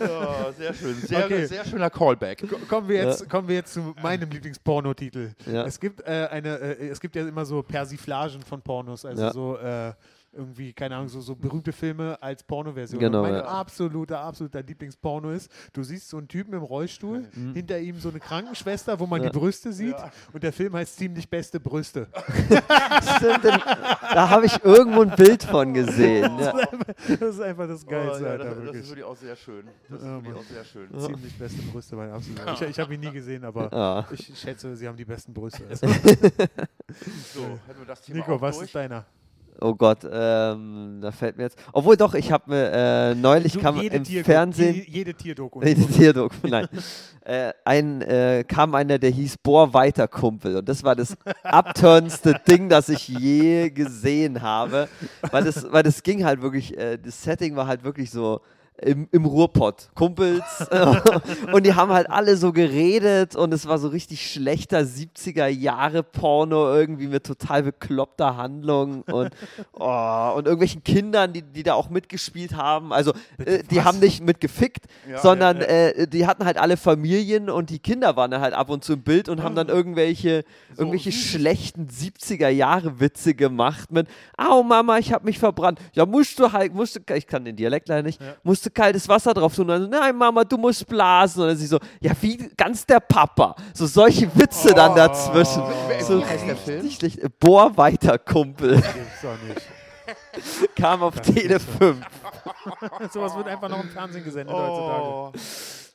oh, sehr schön. Sehr,
Okay.
sehr schöner Callback.
Ko- Kommen wir jetzt, kommen wir jetzt zu meinem Lieblingspornotitel.
Ja.
Es gibt äh, eine, äh, es gibt ja immer so Persiflagen von Pornos, also
Ja.
so äh, irgendwie, keine Ahnung, so, so berühmte Filme als Pornoversion.
Genau,
Und mein
ja.
absoluter, absoluter Lieblingsporno ist, du siehst so einen Typen im Rollstuhl, hinter ihm so eine Krankenschwester, wo man die Brüste sieht und der Film heißt Ziemlich beste Brüste.
Stimmt, denn, da habe ich irgendwo ein Bild von gesehen. Ja.
Das ist einfach das
Oh, ja,
Geilste, Alter,
das, das
wirklich.
ist wirklich auch sehr schön. Das ist
Ja,
wirklich
Mann.
auch sehr schön.
Ziemlich beste Brüste, mein absoluter. Ich, ich habe ihn nie gesehen, aber
Ah.
ich (laughs) schätze, sie haben die besten Brüste.
So, hätten wir das Thema
Nico,
auch
was
durch.
ist deiner?
Oh Gott, ähm, da fällt mir jetzt. Obwohl doch, ich habe mir äh, neulich
Du,
kam
jede
im
Tierdoku-
Fernsehen.
Jede, jede Tierdoku.
Nee, (laughs) die Tierdoku, nein. äh, ein, äh, kam einer, der hieß Bohr weiter Kumpel. Und das war das abturnste Ding, das ich je gesehen habe. Weil das, weil das ging halt wirklich, äh, das Setting war halt wirklich so im, im Ruhrpott. Kumpels. äh, und die haben halt alle so geredet und es war so richtig schlechter 70er Jahre Porno irgendwie mit total bekloppter Handlung und, oh, und irgendwelchen Kindern, die, die da auch mitgespielt haben. Also äh, die haben nicht mitgefickt,
Ja,
sondern äh, die hatten halt alle Familien und die Kinder waren da halt ab und zu im Bild und haben
Ah.
dann irgendwelche, irgendwelche schlechten 70er Jahre Witze gemacht mit Au Mama, ich hab mich verbrannt. Ja, musst du halt, musst du, ich kann den Dialekt leider nicht, musst du kaltes Wasser drauf tun. Und dann so, nein, Mama, du musst blasen. Und dann sie so, ja, wie ganz der Papa. So solche Witze dann dazwischen.
Oh. Wie
So
heißt der Film?
richtig schlecht. Bohr weiter, Kumpel. (laughs)
Gibt's doch nicht.
Kam auf Tele 5.
(laughs) Sowas wird einfach noch im Fernsehen gesendet heutzutage.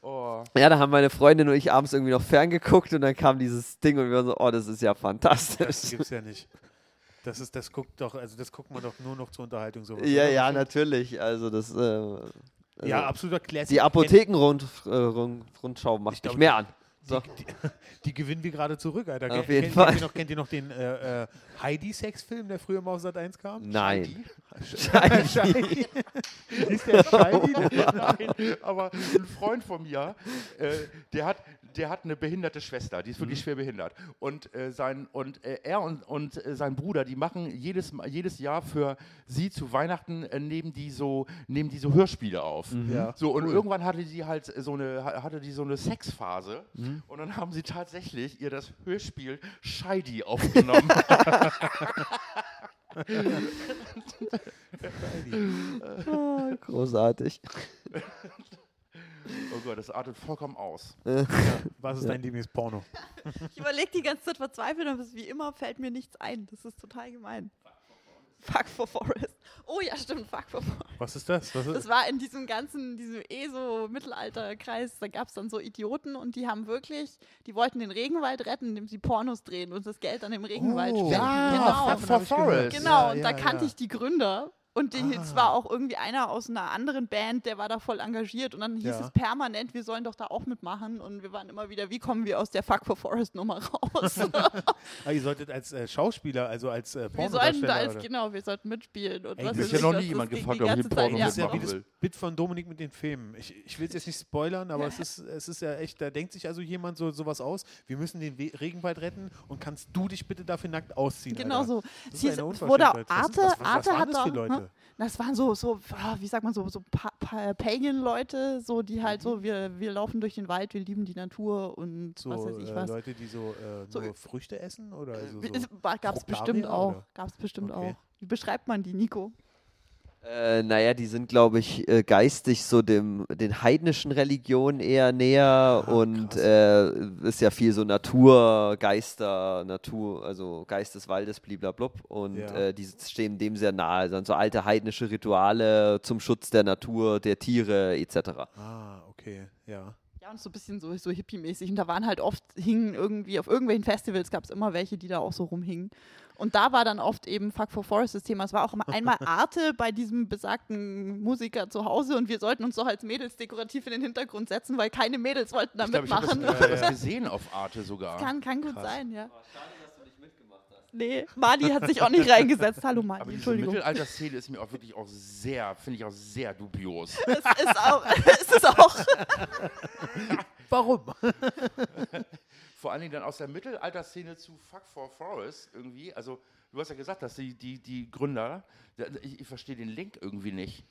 Oh. (laughs)
Ja, da haben meine Freundin und ich abends irgendwie noch ferngeguckt und dann kam dieses Ding und wir waren so, oh, das ist ja
Das
fantastisch.
gibt's ja nicht. Das ist, das guckt doch, also das guckt man doch nur noch zur Unterhaltung sowas.
Ja,
oder?
ja, natürlich. Also das, äh, also
Ja, absoluter Classic.
die Apothekenrundschau macht
Ich glaub,
mich mehr an. So.
Die, die, (laughs) die gewinnen wir gerade zurück, Alter.
Auf
Ken-
jeden
kennt,
Fall.
Kennt ihr noch, kennt ihr noch den äh, äh, Heidi-Sex-Film, der früher mal auf Sat 1 kam?
Nein.
(laughs) Scheidi. ist der Scheidi?
Nein, aber ein Freund von mir, äh, der, hat, der hat eine behinderte Schwester, die ist
Mhm.
wirklich schwer behindert. Und, äh, sein, und äh, er und, und äh, sein Bruder, die machen jedes, Ma- jedes Jahr für sie zu Weihnachten, äh, nehmen, die so, nehmen die so Hörspiele auf.
Ja,
So, und irgendwann hatte die halt so eine, ha- hatte die so eine Sexphase
Mhm.
und dann haben sie tatsächlich ihr das Hörspiel Scheidi
(laughs)
aufgenommen.
Ah, großartig.
oh Gott, das artet vollkommen aus.
Was ist dein Lieblingsporno?
Ich überlege die ganze Zeit verzweifelt, aber es- wie immer fällt mir nichts ein. Das ist total gemein. Fuck for Forest. Oh ja, stimmt, Fuck for Forest.
Was ist das? Was
Das
ist?
war in diesem ganzen, diesem ESO-Mittelalterkreis, da gab es dann so Idioten und die haben wirklich, die wollten den Regenwald retten, indem sie Pornos drehen und das Geld dann im
Oh.
Regenwald spenden. genau.
Oh. Ah, Fuck for Forest.
Genau,
Ja,
und
ja,
da kannte
ja.
ich die Gründer. Und den jetzt
Ah.
war auch irgendwie einer aus einer anderen Band, der war da voll engagiert. Und dann hieß
Ja.
es permanent, wir sollen doch da auch mitmachen. Und wir waren immer wieder, wie kommen wir aus der Fuck for Forest Nummer
(laughs)
raus?
Ah, ihr solltet als äh, Schauspieler, also als äh,
wir sollten da als,
oder?
genau, wir sollten mitspielen. Und
Ey,
was
mich
weiß
hat
ich
noch
was,
nie jemand
das ging
gefragt,
die
ob ich
ganze
mit
Zeit,
Porno
ja.
Das ist ja wie
mitmachen
das
will.
Bit von Dominik mit den Filmen. Ich, ich will es jetzt nicht spoilern, aber es, ist, es ist ja echt, da denkt sich also jemand so sowas aus, wir müssen den We Regenwald retten und kannst du dich bitte dafür nackt ausziehen.
Genau
Alter.
so.
Das ist
Sie ist,
eine
wurde Arte,
Unverschämtheit. Was sind das- was- was
Arte
waren
hat
das
da,
für Leute?
das waren so, so, ah, wie sagt man so, so pa pa Pagan-Leute, so die halt so, wir, wir laufen durch den Wald, wir lieben die Natur und
Mhm. So
was weiß ich
äh,
was.
Leute, die so äh,
So- äh,
nur Früchte essen oder also so.
Gab es
Fruktarier,
bestimmt auch.
oder?
Gab's bestimmt
Okay.
auch. Wie beschreibt man die, Nico?
Äh, naja, die sind, glaube ich, äh, geistig so dem, den heidnischen Religionen eher
Ah,
näher und äh, ist ja viel so Natur, Geister, Natur, also Geist des Waldes, bliblablub. Und
Ja.
äh, die stehen dem sehr nahe. Dann so alte heidnische Rituale zum Schutz der Natur, der Tiere etc.
Ah, okay, ja.
Ja, und so ein bisschen so, so hippie-mäßig. Und da waren halt oft, hingen irgendwie, auf irgendwelchen Festivals gab es immer welche, die da auch so rumhingen. Und da war dann oft eben Fuck for Forest das Thema. Es war auch immer
(laughs)
einmal Arte bei diesem besagten Musiker zu Hause und wir sollten uns doch als Mädels dekorativ in den Hintergrund setzen, weil keine Mädels wollten da
Ich glaube, ich habe das,
mitmachen.
ich hab das gesehen auf Arte
(laughs)
sogar.
kann, kann gut sein, ja. (laughs) Nee, Mali hat sich auch nicht reingesetzt. Hallo Mali,
Aber diese
Entschuldigung.
Mittelalterszene ist mir auch wirklich auch sehr, finde ich auch sehr
(laughs)
dubios.
Es ist auch, es ist auch
Warum?
Vor allen Dingen dann aus der Mittelalterszene zu Fuck for Forest irgendwie. Also, du hast ja gesagt, dass die, die, die Gründer, da- ich, ich verstehe den Link irgendwie nicht.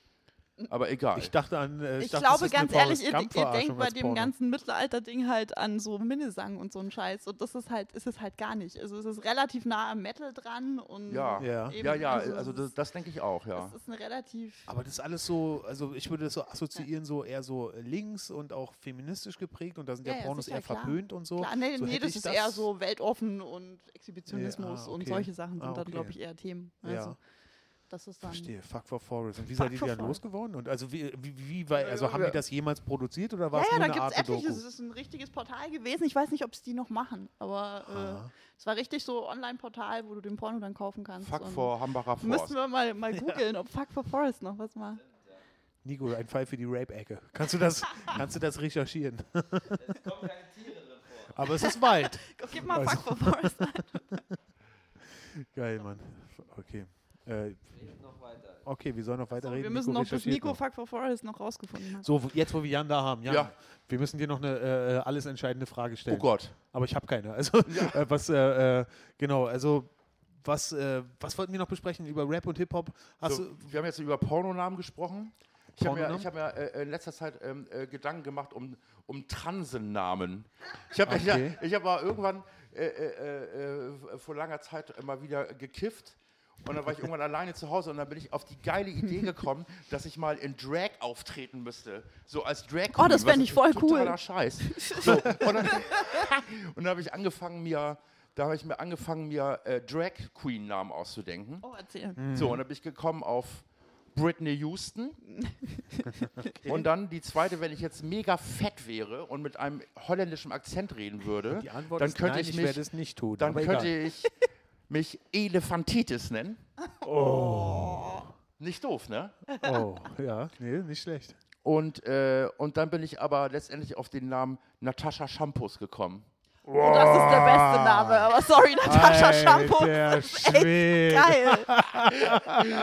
Aber egal.
Ich dachte an. Äh,
Ich,
dachte,
glaube
das ist eine
ganz ehrlich, ihr,
Forrest
ihr
Gump-Verarschung
denkt bei
als
dem
Porno.
ganzen Mittelalter-Ding halt an so Minnesang und so einen Scheiß. Und das ist halt, ist es halt gar nicht. Also es ist relativ nah am Metal dran und
ja.
Ja.
Ja.
eben,
ja,
also
also
es
das,
ist-
das denke ich auch, ja.
Das ist eine relativ.
Aber das ist alles so, also ich würde das so assoziieren, so eher so äh, links und auch feministisch geprägt und da sind ja,
Ja, ja,
Pornos
sicher,
eher
klar.
verpönt und so.
Klar, nee,
so
nee,
hätte
das
ich
ist eher so weltoffen und Exhibitionismus
Ja, ah,
und
okay.
solche Sachen sind
Ah,
dann, glaube
okay.
ich, eher Themen. Also
Ja.
das ist dann.
Verstehe, Fuck for Forest. Und wie
Fuck
seid ihr
for
die dann
Forest.
losgeworden? Und also wie, wie, wie war,
Ja,
also
ja,
haben
ja.
die das jemals produziert oder war
Ja,
es nur
ja, da
eine
gibt es
Art Doku?
etliche. Es ist ein richtiges Portal gewesen. Ich weiß nicht, ob es die noch machen, aber
Aha.
äh, es war richtig so Online-Portal, wo du den Porno dann kaufen kannst.
Fuck
und
vor Hambacher
Müssen
Forst.
wir mal,
(laughs)
mal googeln, ob Fuck for Forest noch was macht.
Nico, ein Fall für die Rape-Ecke. Kannst du
(laughs)
das, kannst du das recherchieren? Aber es ist
(laughs)
Wald.
Gib mal
Also-
Fuck for Forest.
Geil, Mann. Okay. Äh, okay, wir sollen noch
So,
weiterreden.
wir müssen noch, bis
recherchiert
Nico Fuck for Forest noch rausgefunden hat.
So, wo- jetzt wo wir Jan da haben, Jan,
Ja.
wir müssen dir noch eine äh, alles entscheidende Frage
Oh
stellen.
Gott.
Aber ich habe keine. Also (laughs) äh, was äh, äh, genau, also was äh, was wollten wir noch besprechen über Rap und Hip Hop? Hast
So,
du
wir haben jetzt über Pornonamen gesprochen. Ich habe mir,
Pornonamen?
ich hab mir äh, in letzter Zeit ähm, äh, Gedanken gemacht um, um Transennamen. Ich habe
Okay.
ich, ich hab mal irgendwann äh, äh, äh, vor langer Zeit mal wieder gekifft. Und dann war ich
(laughs)
irgendwann alleine zu Hause und dann bin ich auf die geile Idee gekommen, dass ich mal in Drag auftreten müsste. So als Drag
Oh, das
Queen,
fänd
was
ich voll cool.
Totaler
(laughs)
Scheiß. So, und dann, (laughs) und dann habe ich angefangen, mir, da habe ich mir angefangen, mir äh, Drag Queen-Namen auszudenken.
Oh, erzähl.
Mhm.
So, und dann bin ich gekommen auf Britney
(laughs)
Houston. Und dann die zweite, wenn ich jetzt mega fett wäre und mit einem holländischen Akzent reden würde,
die Antwort
dann
ist
könnte
nein,
ich
ich,
mich,
werde es nicht tun.
dann
aber
könnte
egal.
ich mich Elefantitis nennen. Oh. Nicht doof, ne?
(laughs) Oh, ja, nee, nicht schlecht.
Und, äh, und dann bin ich aber letztendlich auf den Namen Natascha Shampoos gekommen.
Oh, das ist der beste Name, aber sorry, Natascha Shampoo.
Alter
(laughs)
Schwede.
Geil.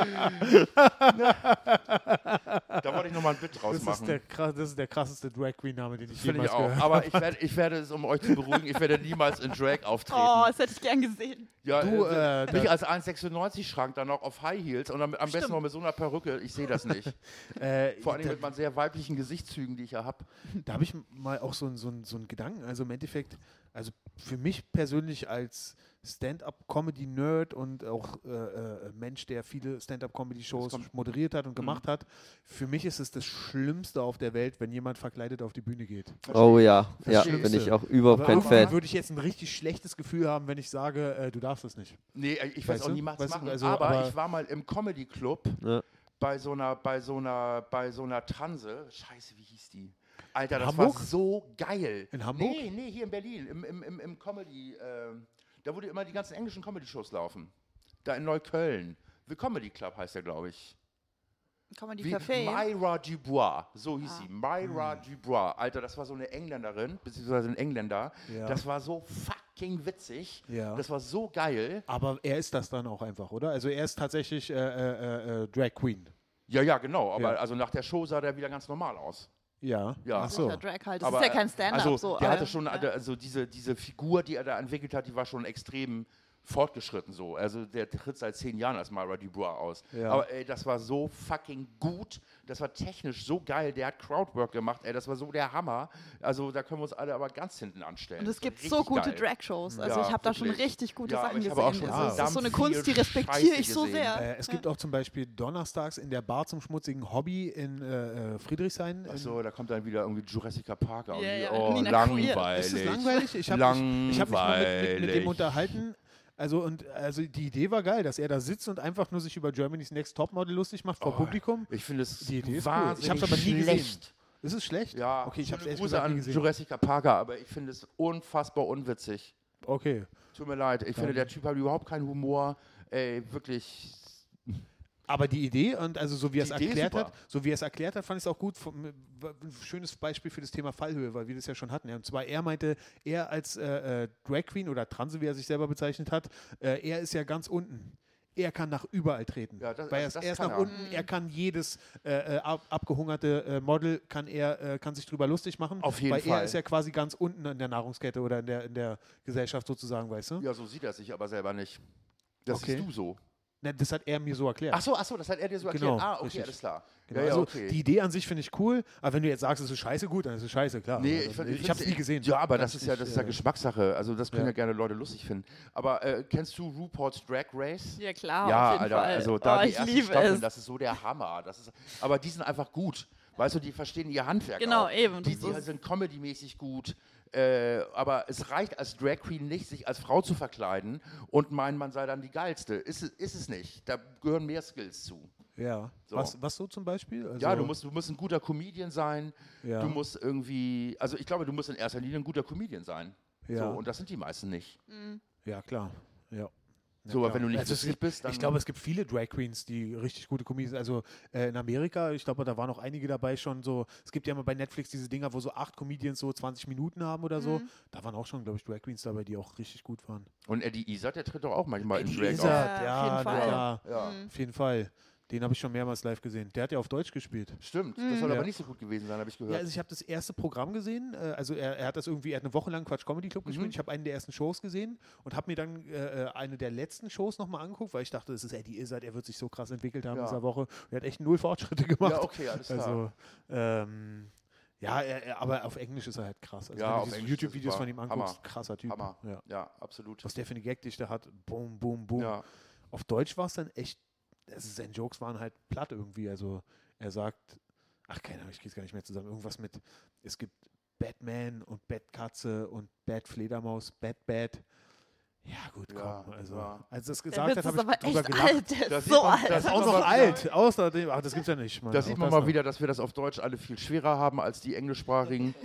Da wollte ich nochmal ein Bit draus
Das ist,
machen.
der, krass- das ist der krasseste Drag Queen Name, den ich
Finde
jemals
ich auch.
gehört habe.
Aber ich werde, ich werde es, um euch zu beruhigen, ich werde niemals
(laughs)
in Drag auftreten.
Oh, das hätte ich gern gesehen.
Ja,
Du,
äh,
äh,
mich
da-
als 1,96-Schrank dann noch auf High Heels und dann am besten noch mit so einer Perücke. Ich sehe
(laughs)
das nicht.
Äh,
Vor allem
da-
mit meinen sehr weiblichen Gesichtszügen, die ich ja habe.
da habe ich mal auch so einen so einen- so einen Gedanken. Also im Endeffekt, also für mich persönlich als Stand-up-Comedy-Nerd und auch äh, äh, Mensch, der viele
Das
Stand-up-Comedy-Shows
kommt- Mhm.
moderiert hat und gemacht hat, für mich ist es das Schlimmste auf der Welt, wenn jemand verkleidet auf die Bühne geht.
Oh ja, ja,
Verstehst
bin
du.
ich auch überhaupt kein
irgendwann
Fan.
würde ich jetzt ein richtig schlechtes Gefühl haben, wenn ich sage, äh, du darfst es nicht.
Nee, äh, ich weiß
Weißt
auch
du?
niemals
Weißt du,
machen.
also,
aber,
aber-
ich war mal im Comedy Club
Ja.
bei so einer, bei so einer, bei so einer Transe. Scheiße, wie hieß die? Alter, das
Hamburg?
war so geil.
In Hamburg?
Nee, nee, hier in Berlin, im, im, im, im Comedy. Äh, da wurde immer die ganzen englischen Comedy-Shows laufen. Da in Neukölln. The Comedy Club heißt der, glaube ich.
Comedy
Wie
Café.
Myra Dubois, so hieß
Ah.
sie. Myra
Hm.
Dubois. Alter, das war so eine Engländerin, beziehungsweise ein Engländer.
Ja.
Das war so fucking witzig.
Ja.
Das war so geil.
Aber er ist das dann auch einfach, oder? Also er ist tatsächlich äh, äh, äh, äh, Drag Queen.
Ja, ja, genau. Aber
Ja.
also nach der Show sah der wieder ganz normal aus.
Ja.
Ja.
Ach so.
Ja, Drag halt. Das
aber,
ist ja kein
äh,
Stand-up.
Also,
so,
der
aber-
hatte schon,
ja.
also diese, diese Figur, die er da entwickelt hat, die war schon extrem fortgeschritten so. Also der tritt seit zehn Jahren als Myra Dubois aus.
Ja.
Aber ey, das war so fucking gut. Das war technisch so geil. Der hat Crowdwork gemacht. Ey, das war so der Hammer. Also da können wir uns alle aber ganz hinten anstellen.
Und es
Das war
gibt
richtig
so gute
geil.
Drag-Shows. Also
Ja,
ich habe da schon
wirklich.
richtig gute
Ja, aber
Sachen
ich
gesehen.
habe auch schon
also, das ist so eine
verdammt
Kunst, die
viel
respektiere ich
Scheiße
so
gesehen.
sehr.
Äh, es gibt auch zum Beispiel donnerstags in der Bar zum schmutzigen Hobby in äh, äh, Friedrichshain. in-
Achso, Also, da kommt dann wieder irgendwie Jurassic Park.
Ja,
Irgendwie.
ja,
Oh,
Nina
langweilig.
Ist es langweilig? Ich habe mich, ich hab mich mal mit, mit, mit dem
Langweilig.
unterhalten. Also, und, also die Idee war geil, dass er da sitzt und einfach nur sich über Germany's Next Topmodel lustig macht
Oh.
vor Publikum.
Ich finde es
Die Idee ist cool.
wahnsinnig
Ich hab's aber nie
schlecht.
gesehen. Ist es schlecht?
Ja,
Okay, ich habe es
schöne
ehrlich
Grüße
gesagt nie
an
gesehen.
Jurassic Parker, aber ich finde es unfassbar unwitzig.
Okay.
Tut mir leid, ich finde, der Typ hat überhaupt keinen Humor. Ey, wirklich.
Aber die Idee und also so wie er es
Die Idee ist
erklärt
super.
hat, so wie er es erklärt hat, fand ich es auch gut. Vom- war Ein schönes Beispiel für das Thema Fallhöhe, weil wir das ja schon hatten. Ja, Und zwar er meinte, er als äh, äh, Drag Queen oder Transe, wie er sich selber bezeichnet hat, äh, er ist ja ganz unten. Er kann nach überall treten.
Ja, das-
weil
also
er,
das
er ist
kann
nach
er.
unten, er kann jedes äh, äh, ab, abgehungerte äh, Model, kann er, äh, kann sich drüber lustig machen.
Auf jeden
weil
Fall.
er ist ja quasi ganz unten in der Nahrungskette oder in der, in der Gesellschaft sozusagen, weißt du?
Ja, so sieht er sich aber selber nicht. Das
Okay.
siehst du so.
Na, Ne, das hat er mir so erklärt.
Achso, achso, das hat er dir so
Genau,
erklärt. Ah, okay,
richtig.
alles klar.
Genau,
Ja, ja,
also
okay.
die Idee an sich finde ich cool, aber wenn du jetzt sagst, es ist scheiße, gut, dann ist es scheiße, klar.
Nee,
Also,
ich, find-
ich habe es nie
find's-
gesehen.
Ja, aber
Kann
das
ich
ist ja,
nicht,
das ist ja
äh,
Geschmackssache. Also das können
ja.
ja, gerne Leute lustig finden. Aber äh, kennst du RuPaul's Drag Race?
ja, klar.
ja,
Ah, auf jeden
Alter,
Fall.
also da
oh,
die
ich
ersten
liebe
Staffeln,
es.
das ist so der Hammer. Das ist, aber die sind einfach gut. Weißt du, die verstehen ihr Handwerk.
Genau,
auch.
eben,
Die,
das
die
ist-
sind comedymäßig gut. Äh, aber es reicht als Drag Queen nicht, sich als Frau zu verkleiden und meinen, man sei dann die Geilste. Ist, es- ist es nicht. Da gehören mehr Skills zu.
Ja.
So.
Was, was so zum Beispiel? Also,
Ja, du musst, du musst ein guter Comedian sein.
Ja.
Du musst irgendwie, also ich glaube, du musst in erster Linie ein guter Comedian sein.
Ja.
So, und das sind die meisten nicht.
Ja, klar. Ja. Ja,
So, aber
klar.
wenn du nicht
Also es
witzig
gibt-
bist, dann-
Ich glaube, es gibt viele Drag Queens, die richtig gute Comedians. Also äh, in Amerika, ich glaube, da waren auch einige dabei schon so. Es gibt ja immer bei Netflix diese Dinger, wo so acht Comedians so 20 Minuten haben oder
Mhm.
so. Da waren auch schon, glaube ich, Drag Queens dabei, die auch richtig gut waren.
Und Eddie Izzard, der tritt doch auch manchmal in Drag
Izzard,
auf.
auf. Ja,
ja,
auf jeden Fall. Mhm.
ja,
Ja.
auf jeden Fall. Den habe ich schon mehrmals live gesehen. Der hat ja auf Deutsch gespielt.
Stimmt, das
Mhm.
soll
Ja.
aber nicht so gut gewesen sein, habe ich
Ja,
gehört.
also ich habe das erste Programm gesehen. äh, Also er, er hat das irgendwie, er hat eine Woche lang Quatsch Comedy Club
Mhm.
gespielt. Ich habe einen der ersten Shows gesehen und habe mir dann äh, äh, eine der letzten Shows nochmal angeguckt, weil ich dachte, es ist Eddie Izzard, er wird sich so krass entwickelt haben in
Ja.
dieser Woche. Und er hat echt null Fortschritte gemacht.
Ja, okay, alles klar.
Also, ähm, ja, er, er, aber auf Englisch ist er halt krass. Also
Ja,
wenn
auf
du diese
Englisch ist
YouTube-Videos
super.
von ihm anguckst,
Hammer.
krasser Typ.
Hammer.
Ja.
Ja, absolut.
Was der für eine Gagdichte hat, boom, boom, boom.
Ja.
Auf Deutsch war es dann echt, also seine Jokes waren halt platt irgendwie. Also er sagt, ach keine Ahnung, ich krieg's gar nicht mehr zusammen. Irgendwas mit, es gibt Batman und Batkatze und Batfledermaus, Batbat. Ja gut,
Ja,
komm. Also,
ja.
als er es
Der
gesagt
Witz
hat, habe
ist aber
ich drüber
echt
gelacht.
alt. Der
Das
ist
sieht
so
man-
Das
alt.
ist
Das
auch
ist
noch
aber-
alt. Außerdem, ach, das gibt's ja nicht. Mann.
Das
Auch
sieht man mal
noch.
wieder, dass wir das auf Deutsch alle viel schwerer haben als
(laughs)
die englischsprachigen.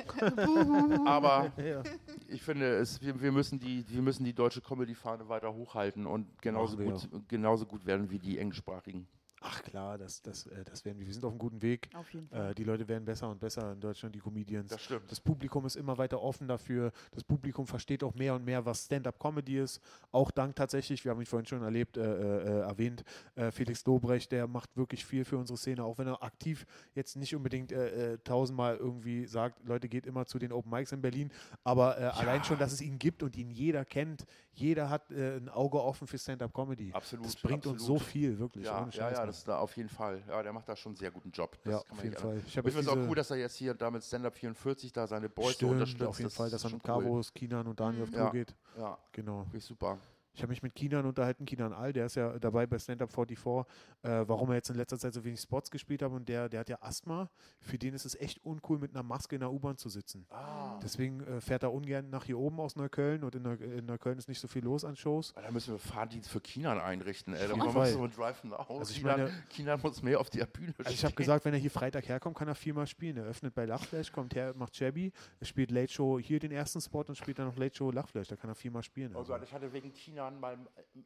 aber
Ja.
ich finde, es, wir, wir, müssen die, wir müssen die deutsche Comedy-Fahne weiter hochhalten und genauso
Machen wir
gut, genauso gut werden wie die englischsprachigen.
Ach klar, das, das, äh, das werden wir. Wir sind auf einem guten Weg.
Auf jeden Fall.
Äh, die Leute werden besser und besser in Deutschland, die Comedians.
Das stimmt.
Das Publikum ist immer weiter offen dafür. Das Publikum versteht auch mehr und mehr, was Stand-up-Comedy ist. Auch dank tatsächlich, wir haben ihn vorhin schon erlebt, äh, äh, äh, erwähnt, äh, Felix Dobrecht, der macht wirklich viel für unsere Szene, auch wenn er aktiv jetzt nicht unbedingt äh, äh, tausendmal irgendwie sagt, Leute, geht immer zu den Open Mics in Berlin. Aber äh, allein schon, dass es ihn gibt und ihn jeder kennt, jeder hat äh, ein Auge offen für Stand-up-Comedy.
Absolut,
Das bringt uns so
absolut.
viel, wirklich.
Ja,
ohne
ja,
Scheiß,
ja,
Mann.
das ist da auf jeden Fall. Ja, der macht da schon einen sehr guten Job.
Ja,
Das
auf
kann man
jeden
nicht anders-
Fall. Ich habe
Ich finde es
jetzt
auch
diese-
cool, dass er jetzt hier damit Stand-Up 44 da seine Boys so
Stimmt,
unterstützt.
auf jeden
Das
Fall,
ist
dass er
schon
mit Kavos, Kinan und Dani auf Tour
Ja.
geht.
Cool. Ja,
Genau.
wirklich super.
Ich habe mich mit Kinan unterhalten, Kinan Al, der ist ja dabei bei Stand Up 44, äh, warum er jetzt in letzter Zeit so wenig Spots gespielt hat und der, der hat ja Asthma. Für den ist es echt uncool, mit einer Maske in der U-Bahn zu sitzen.
Ah.
Deswegen äh, fährt er ungern nach hier oben aus Neukölln und in, Neu in Neukölln ist nicht so viel los an Shows.
Ah, Da müssen wir Fahrdienst für Kinan einrichten. Ey. Da
jeden
machen wir
Fall.
so einen Drive nach Hause.
Also ich
Kinan,
meine-
Kinan muss mehr auf der Bühne
Also ich habe
stehen.
gesagt, wenn er hier Freitag herkommt, kann er viermal spielen. Er öffnet bei Lachflash, kommt her, macht Shabby, spielt Late Show hier den ersten Spot und spielt dann noch Late Show Lachflash. Da kann er viermal spielen.
Oh
Also.
Gott, ich hatte wegen Kinan mal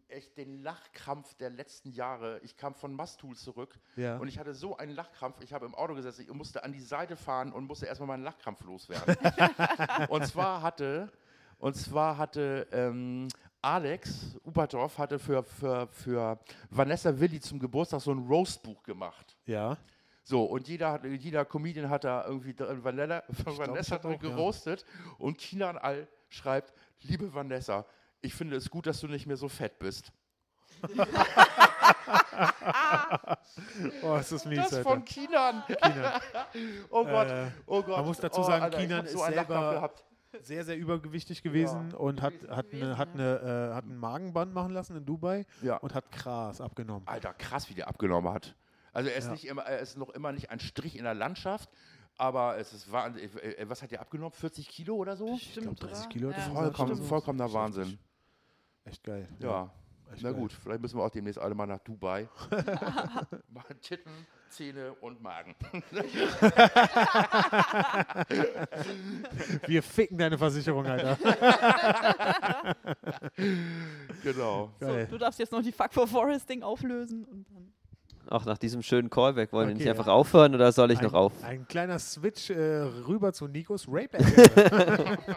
äh, echt den Lachkrampf der letzten Jahre. Ich kam von Mastul zurück
Ja.
und ich hatte so einen Lachkrampf. Ich habe im Auto gesessen, ich musste an die Seite fahren und musste erstmal meinen Lachkrampf
(laughs)
loswerden. und zwar hatte, und zwar hatte ähm, Alex Upadorf hatte für, für, für Vanessa Willi zum Geburtstag so ein Roastbuch gemacht.
Ja,
So, und jeder, hat, jeder Comedian hat da irgendwie drin Vanella, Vanessa
ich hab
drin
auch, ja.
gerostet. Und Kinan Al schreibt: Liebe Vanessa, ich finde es gut, dass du nicht mehr so fett bist.
oh, es ist mies,
Das
Alter.
von Kinan.
Kinan.
Oh (laughs) Gott,
Äh,
oh Gott.
man muss dazu
oh,
sagen,
ich
Kinan
hab
ist
einen Lachkrampf
selber-
gehabt.
sehr, sehr übergewichtig gewesen und hat, hat, eine, hat, eine, äh, hat einen Magenband machen lassen in Dubai
Ja.
und hat Gras abgenommen.
Alter, krass, wie der abgenommen hat. Also, er ist,
Ja.
nicht immer, er ist noch immer nicht ein Strich in der Landschaft, aber es ist wahnsinnig. äh, Was hat er abgenommen? 40 Kilo oder so?
Ich glaube,
Stimmt,
30
oder?
Kilo hat
Ja.
er
Vollkommen,
Stimmt.
vollkommener
Stimmt.
Wahnsinn.
Echt geil.
Ja.
echt
Na
geil.
gut, vielleicht müssen wir auch demnächst alle mal nach Dubai. (laughs) mal Titten, Zähne und Magen.
Wir ficken deine Versicherung,
(laughs)
Alter.
Genau.
So, du darfst jetzt noch die Fuck for Forest-Ding auflösen. Und dann
Auch nach diesem schönen Callback wollen wir
Okay,
nicht einfach
ja.
aufhören oder soll ich noch
ein,
auf?
ein kleiner Switch äh, rüber zu Nikos rape -Ecke.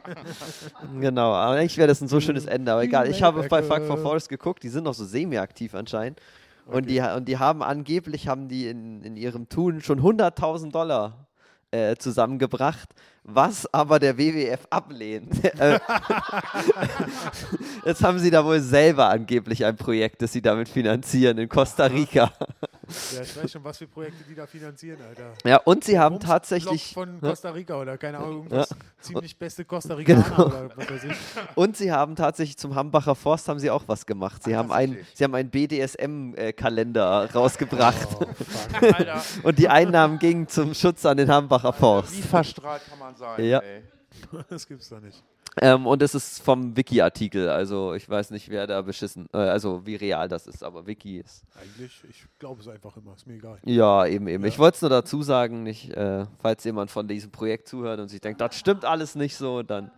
Genau, aber eigentlich wäre das ein so schönes Ende, aber egal. Ich habe bei Fuck for
Äh,
Forest geguckt, die sind noch so semi-aktiv anscheinend. Und, die, ha- und die haben angeblich, haben die in, in ihrem Tun schon 100.000 Dollar äh, zusammengebracht, was aber der WWF ablehnt. (laughs) Äh, Jetzt haben sie da wohl selber angeblich ein Projekt, das sie damit finanzieren in Costa Rica.
ja, ich weiß schon, was für Projekte die da finanzieren, Alter.
Ja, und sie haben
Bums-
tatsächlich...
Block
ne?
von
Ja.
Costa Rica oder keine Ahnung, irgendwas. Ziemlich beste Costa Ricaner
Genau.
oder was weiß ich. (laughs)
Und sie haben tatsächlich zum Hambacher Forst haben sie auch was gemacht. Sie
Ah,
haben einen,
tatsächlich.
sie haben einen BDSM-Kalender äh, rausgebracht (laughs)
Alter,
und die Einnahmen gingen zum Schutz an den Hambacher
wie
Forst.
verstrahlt kann man sein?
Ja.
Ey.
Das gibt's doch nicht.
Ähm, und das ist vom Wiki-Artikel. Also ich weiß nicht, wer da beschissen, äh, also wie real das ist, aber Wiki ist.
Eigentlich, ich glaube es einfach immer, ist mir egal.
Ja, eben, eben. Ich wollte es nur dazu sagen, nicht, äh, falls jemand von diesem Projekt zuhört und sich denkt, das stimmt alles nicht so, dann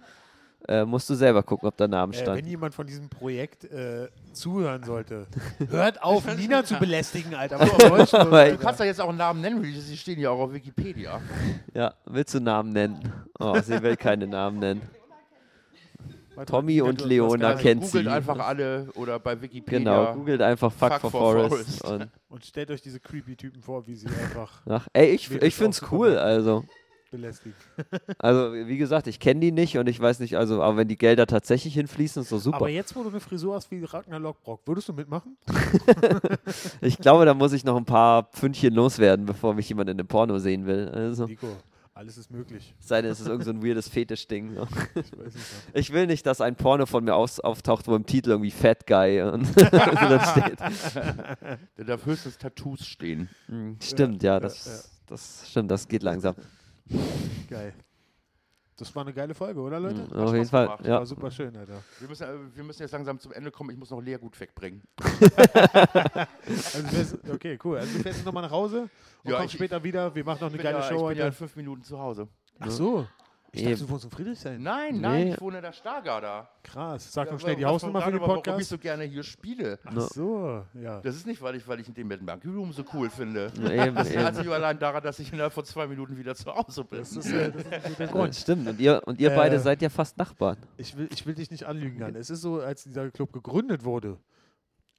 äh, musst du selber gucken, ob der Name
Äh,
stand.
wenn jemand von diesem Projekt äh, zuhören sollte, hört
(laughs)
auf, Nina zu belästigen, Alter. Was soll's schon,
Aber
Alter?
Du kannst da jetzt auch einen Namen nennen, Regis, die stehen ja auch auf Wikipedia.
ja, willst du Namen nennen? Oh, sie will keine Namen nennen.
Warte,
Tommy
Nina, du
und
hast
Leona
gerade-
kennt
Also Googelt
sie.
einfach alle oder bei Wikipedia.
Genau, googelt einfach Fuck, for, Forest.
Forest.
Und,
Und stellt euch diese creepy Typen vor, wie sie
(laughs)
einfach
ach, ey, ich,
Wirklich
ich find's
aufgekommen.
cool, also.
belästigen.
Also, wie gesagt, ich kenne die nicht und ich weiß nicht, also, aber wenn die Gelder tatsächlich hinfließen, ist doch
Aber
super.
jetzt, wo du eine Frisur hast wie Ragnar Lockbrock, würdest du mitmachen?
Ich glaube, da muss ich noch ein paar Pfündchen loswerden, bevor mich jemand in einem Porno sehen will. Also,
Nico, alles ist möglich.
es sei denn, es ist irgend so ein weirdes Fetischding. So.
Ich weiß nicht. was.
Ich will nicht, dass ein Porno von mir aus, auftaucht, wo im Titel irgendwie Fat Guy und so drin steht.
Da darf höchstens Tattoos stehen.
Hm, (laughs) Stimmt, ja, das, das stimmt, das geht langsam.
Geil. Das war eine geile Folge, oder Leute?
Hm,
hat
Auf
Spaß
jeden Fall,
gemacht.
Ja.
ja.
War super schön, Alter.
Wir müssen, äh, wir müssen jetzt langsam zum Ende kommen. Ich muss noch Lea gut wegbringen.
Also du fährst, okay, cool. Also du fährst jetzt nochmal nach Hause und
Ja,
kommst
ich-
später wieder. Wir machen noch eine
bin
geile
ja,
Show
ich bin ja in
heute.
fünf Minuten zu Hause.
Ach so. Ich dachte,
Eben.
du wohnst in Friedrichshain.
Nein, nein,
Nee.
ich wohne in der Stargarder.
Krass. Sag
Ja,
uns schnell die
was
Hausnummer
von
für den
Stargarder, Warum ich
Podcast.
so gerne hier spiele.
Ach so, ja.
Das ist nicht, weil ich, weil ich den Mad Monkey Room so cool finde.
Eben,
Das hat
eben.
sich allein daran, dass ich innerhalb von zwei Minuten wieder zu Hause bin.
Das ist, äh, das ist ein guter
Ja,
Grund.
Stimmt, und ihr, und ihr
Äh,
beide seid ja fast Nachbarn.
Ich will, ich will dich nicht anlügen, Jan. Es ist so, als dieser Club gegründet wurde,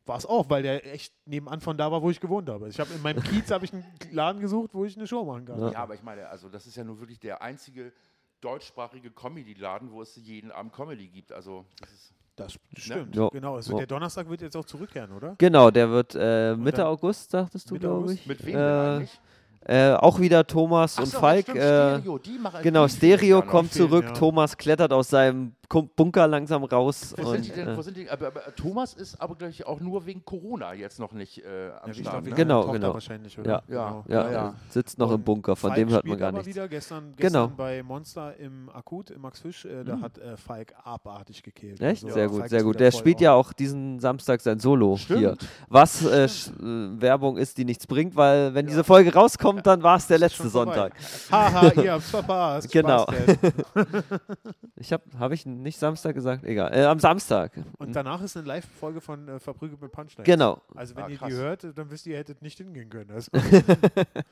war es auch, weil der echt nebenan von da war, wo ich gewohnt habe. Ich habe in meinem Kiez habe ich einen Laden gesucht, wo ich eine Show machen kann.
Ja.
Ja, aber ich meine, also das ist ja nur wirklich der einzige deutschsprachige Comedy-Laden, wo es jeden Abend Comedy gibt. Also das ist
Das stimmt.
Ja.
Genau. Also
Ja.
der Donnerstag wird jetzt auch zurückkehren, oder?
Genau, der wird äh, Mitte
dann-
August, sagtest du,
Mitte
glaube
August?
ich.
mit wem denn
äh,
eigentlich?
äh, Auch wieder Thomas
Ach
und
so,
Falk.
stimmt,
äh,
Stereo, die machen- also
genau,
die spielen
Stereo
ja noch.
kommt
Fehlen,
zurück.
ja.
Thomas klettert aus seinem Kum- Bunker langsam raus.
Wo
und,
sind die denn?
äh,
Wo sind die? Aber, aber Thomas ist aber gleich auch nur wegen Corona jetzt noch nicht äh, am
ich
Start.
glaub,
ne?
wegen
Genau,
deiner Tochter
genau.
Wahrscheinlich,
Ja.
oder?
Ja.
ja,
Ja, ja.
sitzt noch im
Und
Bunker, von
Falk
dem hört man
spielt
gar
aber
nichts.
Wieder. Gestern,
Genau. Mhm.
gestern bei Monster im Akut, im Max Fisch, äh, da hat äh, Falk abartig gekillt.
Echt?
Also,
sehr
ja,
gut,
Falk
sehr
ist
gut.
wieder
Der
voll
spielt
on.
ja auch diesen Samstag sein Solo
Stimmt.
hier. Was äh, sch- äh, Werbung ist, die nichts bringt, weil wenn diese Folge rauskommt, dann war es der letzte
Schon vorbei.
Sonntag.
Haha,
(laughs)
ihr habt's verpasst.
Genau. (laughs)
Spaßtest.
Ich habe hab ich nicht Samstag gesagt? Egal. Äh, am Samstag.
Und danach ist eine Live-Folge von äh, Verprügelt mit Punchline.
Genau.
Also wenn
Ah,
ihr
krass.
die hört, dann wisst ihr, ihr hättet nicht hingehen können.
(laughs)
Also, genau,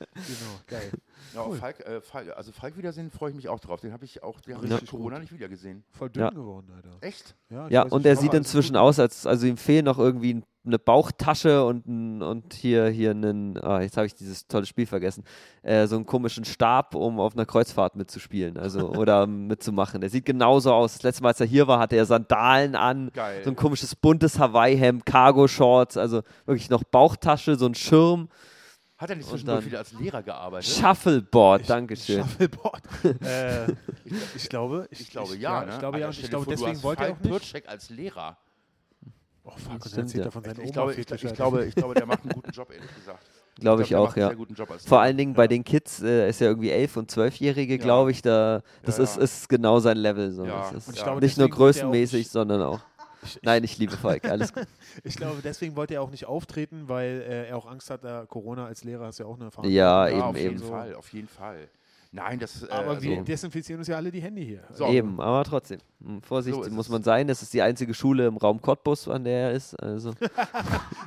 geil.
Ja, auf Falk, äh, Falk, also Falk wiedersehen freue ich mich auch drauf. Den habe ich auch, den habe ich
Ja.
durch Corona nicht wiedergesehen.
Voll dünn
Ja.
geworden, Alter.
Echt?
ich
Ja,
weiß
und
nicht,
er
aber
sieht
alles (laughs)
inzwischen
gut.
aus, als also ihm fehlen noch irgendwie eine Bauchtasche und, ein- und hier, hier einen, ah, jetzt habe ich dieses tolle Spiel vergessen, äh, so einen komischen Stab, um auf einer Kreuzfahrt mitzuspielen,
(laughs)
also oder mitzumachen. Er sieht genauso aus. Das letzte Mal, als er hier war, hatte er Sandalen an,
Geil.
so ein komisches buntes Hawaii-Hemd, Cargo-Shorts, also wirklich noch Bauchtasche, so ein Schirm,
Hat er nicht
Und
zwischendurch
dann-
wieder als Lehrer gearbeitet?
Shuffleboard, Dankeschön. (laughs)
Shuffleboard. äh, ich, ich glaube, ich,
ich glaube ja.
Ich
ne?
glaube ja,
Alter,
und
stell
ich
dir
glaube,
vor, du
deswegen
hast
wollte er auch
Falk
nicht.
Pürcek als Lehrer.
Oh fuck, und
Stimmt,
er erzählt
ja.
ja. davon
Ich,
seinen
ich, glaube, ich, ich, glaube, ich glaube, der macht einen guten Job, ehrlich
(laughs)
gesagt.
Glaube
glaub,
ich
der
auch,
macht einen
ja.
Sehr guten Job als
Vor
Lehrer.
allen Dingen bei den Kids äh, ist ja irgendwie elf und zwölfjährige,
Ja.
glaube ich, da das
Ja,
Ist,
ja.
ist genau sein Level. So.
Ja.
Das ist
Und ich glaube,
nicht nur
deswegen wird der auch
größenmäßig,
nicht-
(laughs)
sondern auch.
Ich- ich-
Nein, ich liebe Falk. Alles gut.
Ich glaube, deswegen wollte er auch nicht auftreten, weil äh, er auch Angst hat, da Corona als Lehrer ist ja auch eine Erfahrung.
Ja,
ja,
eben,
auf jeden
eben.
Fall, auf jeden Fall. Nein, das äh,
Aber wir
also,
desinfizieren uns ja alle die Hände hier. Also
So.
Eben, aber trotzdem. Hm, Vorsichtig
So ist
muss
es.
man sein. Das ist die einzige Schule im Raum Cottbus, an der er ist. Also,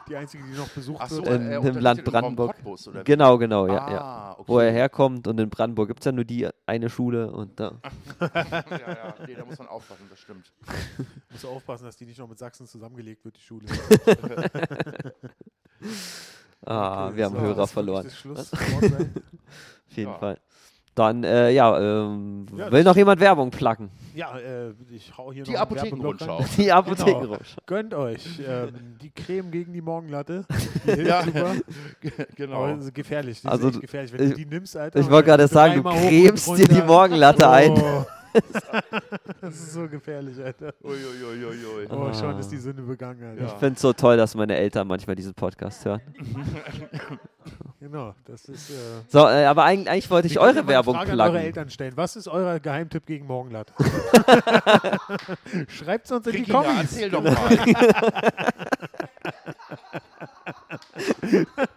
Die einzige, die noch besucht
Ach so,
wird.
in-
äh,
im
unterrichtet
Land
im Raum
Brandenburg.
Cottbus, oder wie?
genau, genau, ja.
ah,
ja.
Okay.
Wo er herkommt und in Brandenburg gibt es ja nur die eine Schule und da.
ja, ja, nee, da muss man aufpassen,
(laughs)
das stimmt.
äh,
Muss aufpassen, dass die nicht noch mit Sachsen zusammengelegt wird, die
(laughs)
Schule.
Ah, wir haben
So,
Hörer
das wird
verloren.
das Schlusswort sein.
Auf jeden
Ja.
Fall. Dann, äh, ja, ähm,
Ja,
will
das-
noch jemand Werbung placken?
Ja, äh, ich hau hier
Die
noch einen Werbeblock
Apothekenrundschau.
rein.
(laughs) Die Apotheke.
Genau. Gönnt euch ähm, die Creme gegen die Morgenlatte.
(laughs)
Die hilft
Ja.
super.
genau.
Aber das ist gefährlich. Das
Also,
ist echt gefährlich. Wenn
ich-
du die nimmst, Alter.
Oh.
(laughs) Ich wollte gerade sagen, du cremst dir die Morgenlatte ein.
ein. Oh. Das ist so gefährlich, Alter.
Uiuiuiui.
Ah.
Oh, schon ist die Sünde begangen, Alter.
Ja.
Ich finde es so toll, dass meine Eltern manchmal diesen Podcast hören.
Genau, das ist. Äh,
So, äh, aber eigentlich, eigentlich wollte ich
Wir können ja
eure
mal eine
Werbung
Frage An eure
pluggen.
Eltern stellen. Was ist euer Geheimtipp gegen
(laughs)
Morgenlatt? Schreibt es uns in die
Regina,
Kommis.
erzähl doch mal.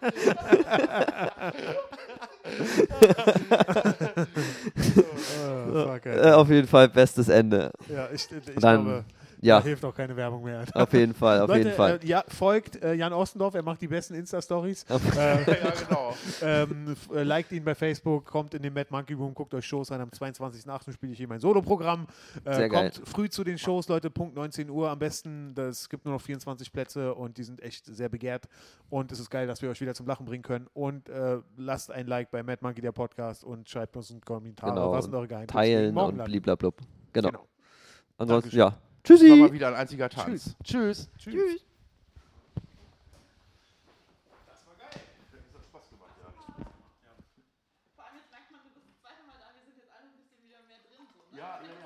(laughs) Oh, fuck,
Äh,
Alter.
auf jeden Fall bestes Ende.
ja, ich, ich
Dann-
glaube, da
Ja,
hilft auch keine Werbung mehr. Alter.
auf jeden Fall, auf
Leute,
jeden Fall.
Äh, ja, folgt äh, Jan Ostendorf, er macht die besten Insta-Stories.
(laughs)
ja,
äh, (laughs)
ja, genau.
ähm, f- äh, liked ihn bei Facebook, kommt in den Mad Monkey Room, guckt euch Shows an. Am 22.08. spiele ich hier mein Solo-Programm. Äh,
Sehr geil.
kommt früh zu den Shows, Leute, Punkt 19 Uhr am besten. Es gibt nur noch 24 Plätze und die sind echt sehr begehrt. Und es ist geil, dass wir euch wieder zum Lachen bringen können. Und äh, lasst ein Like bei Mad Monkey, der Podcast, und schreibt uns einen Kommentar.
Genau,
Was sind eure Geheimtipps? gegen
Teilen und
Morgenland?
bliblablub. Genau.
Genau.
Ansonsten,
Dankeschön.
ja.
Das war
Tschüssi.
mal wieder ein einziger Tanz. Tschüss.
Tschüss.
Vor allem jetzt merkt man, du bist das zweite Mal da, wir sind jetzt alle ein bisschen wieder mehr drin. So, ne?
Ja, ja, ja.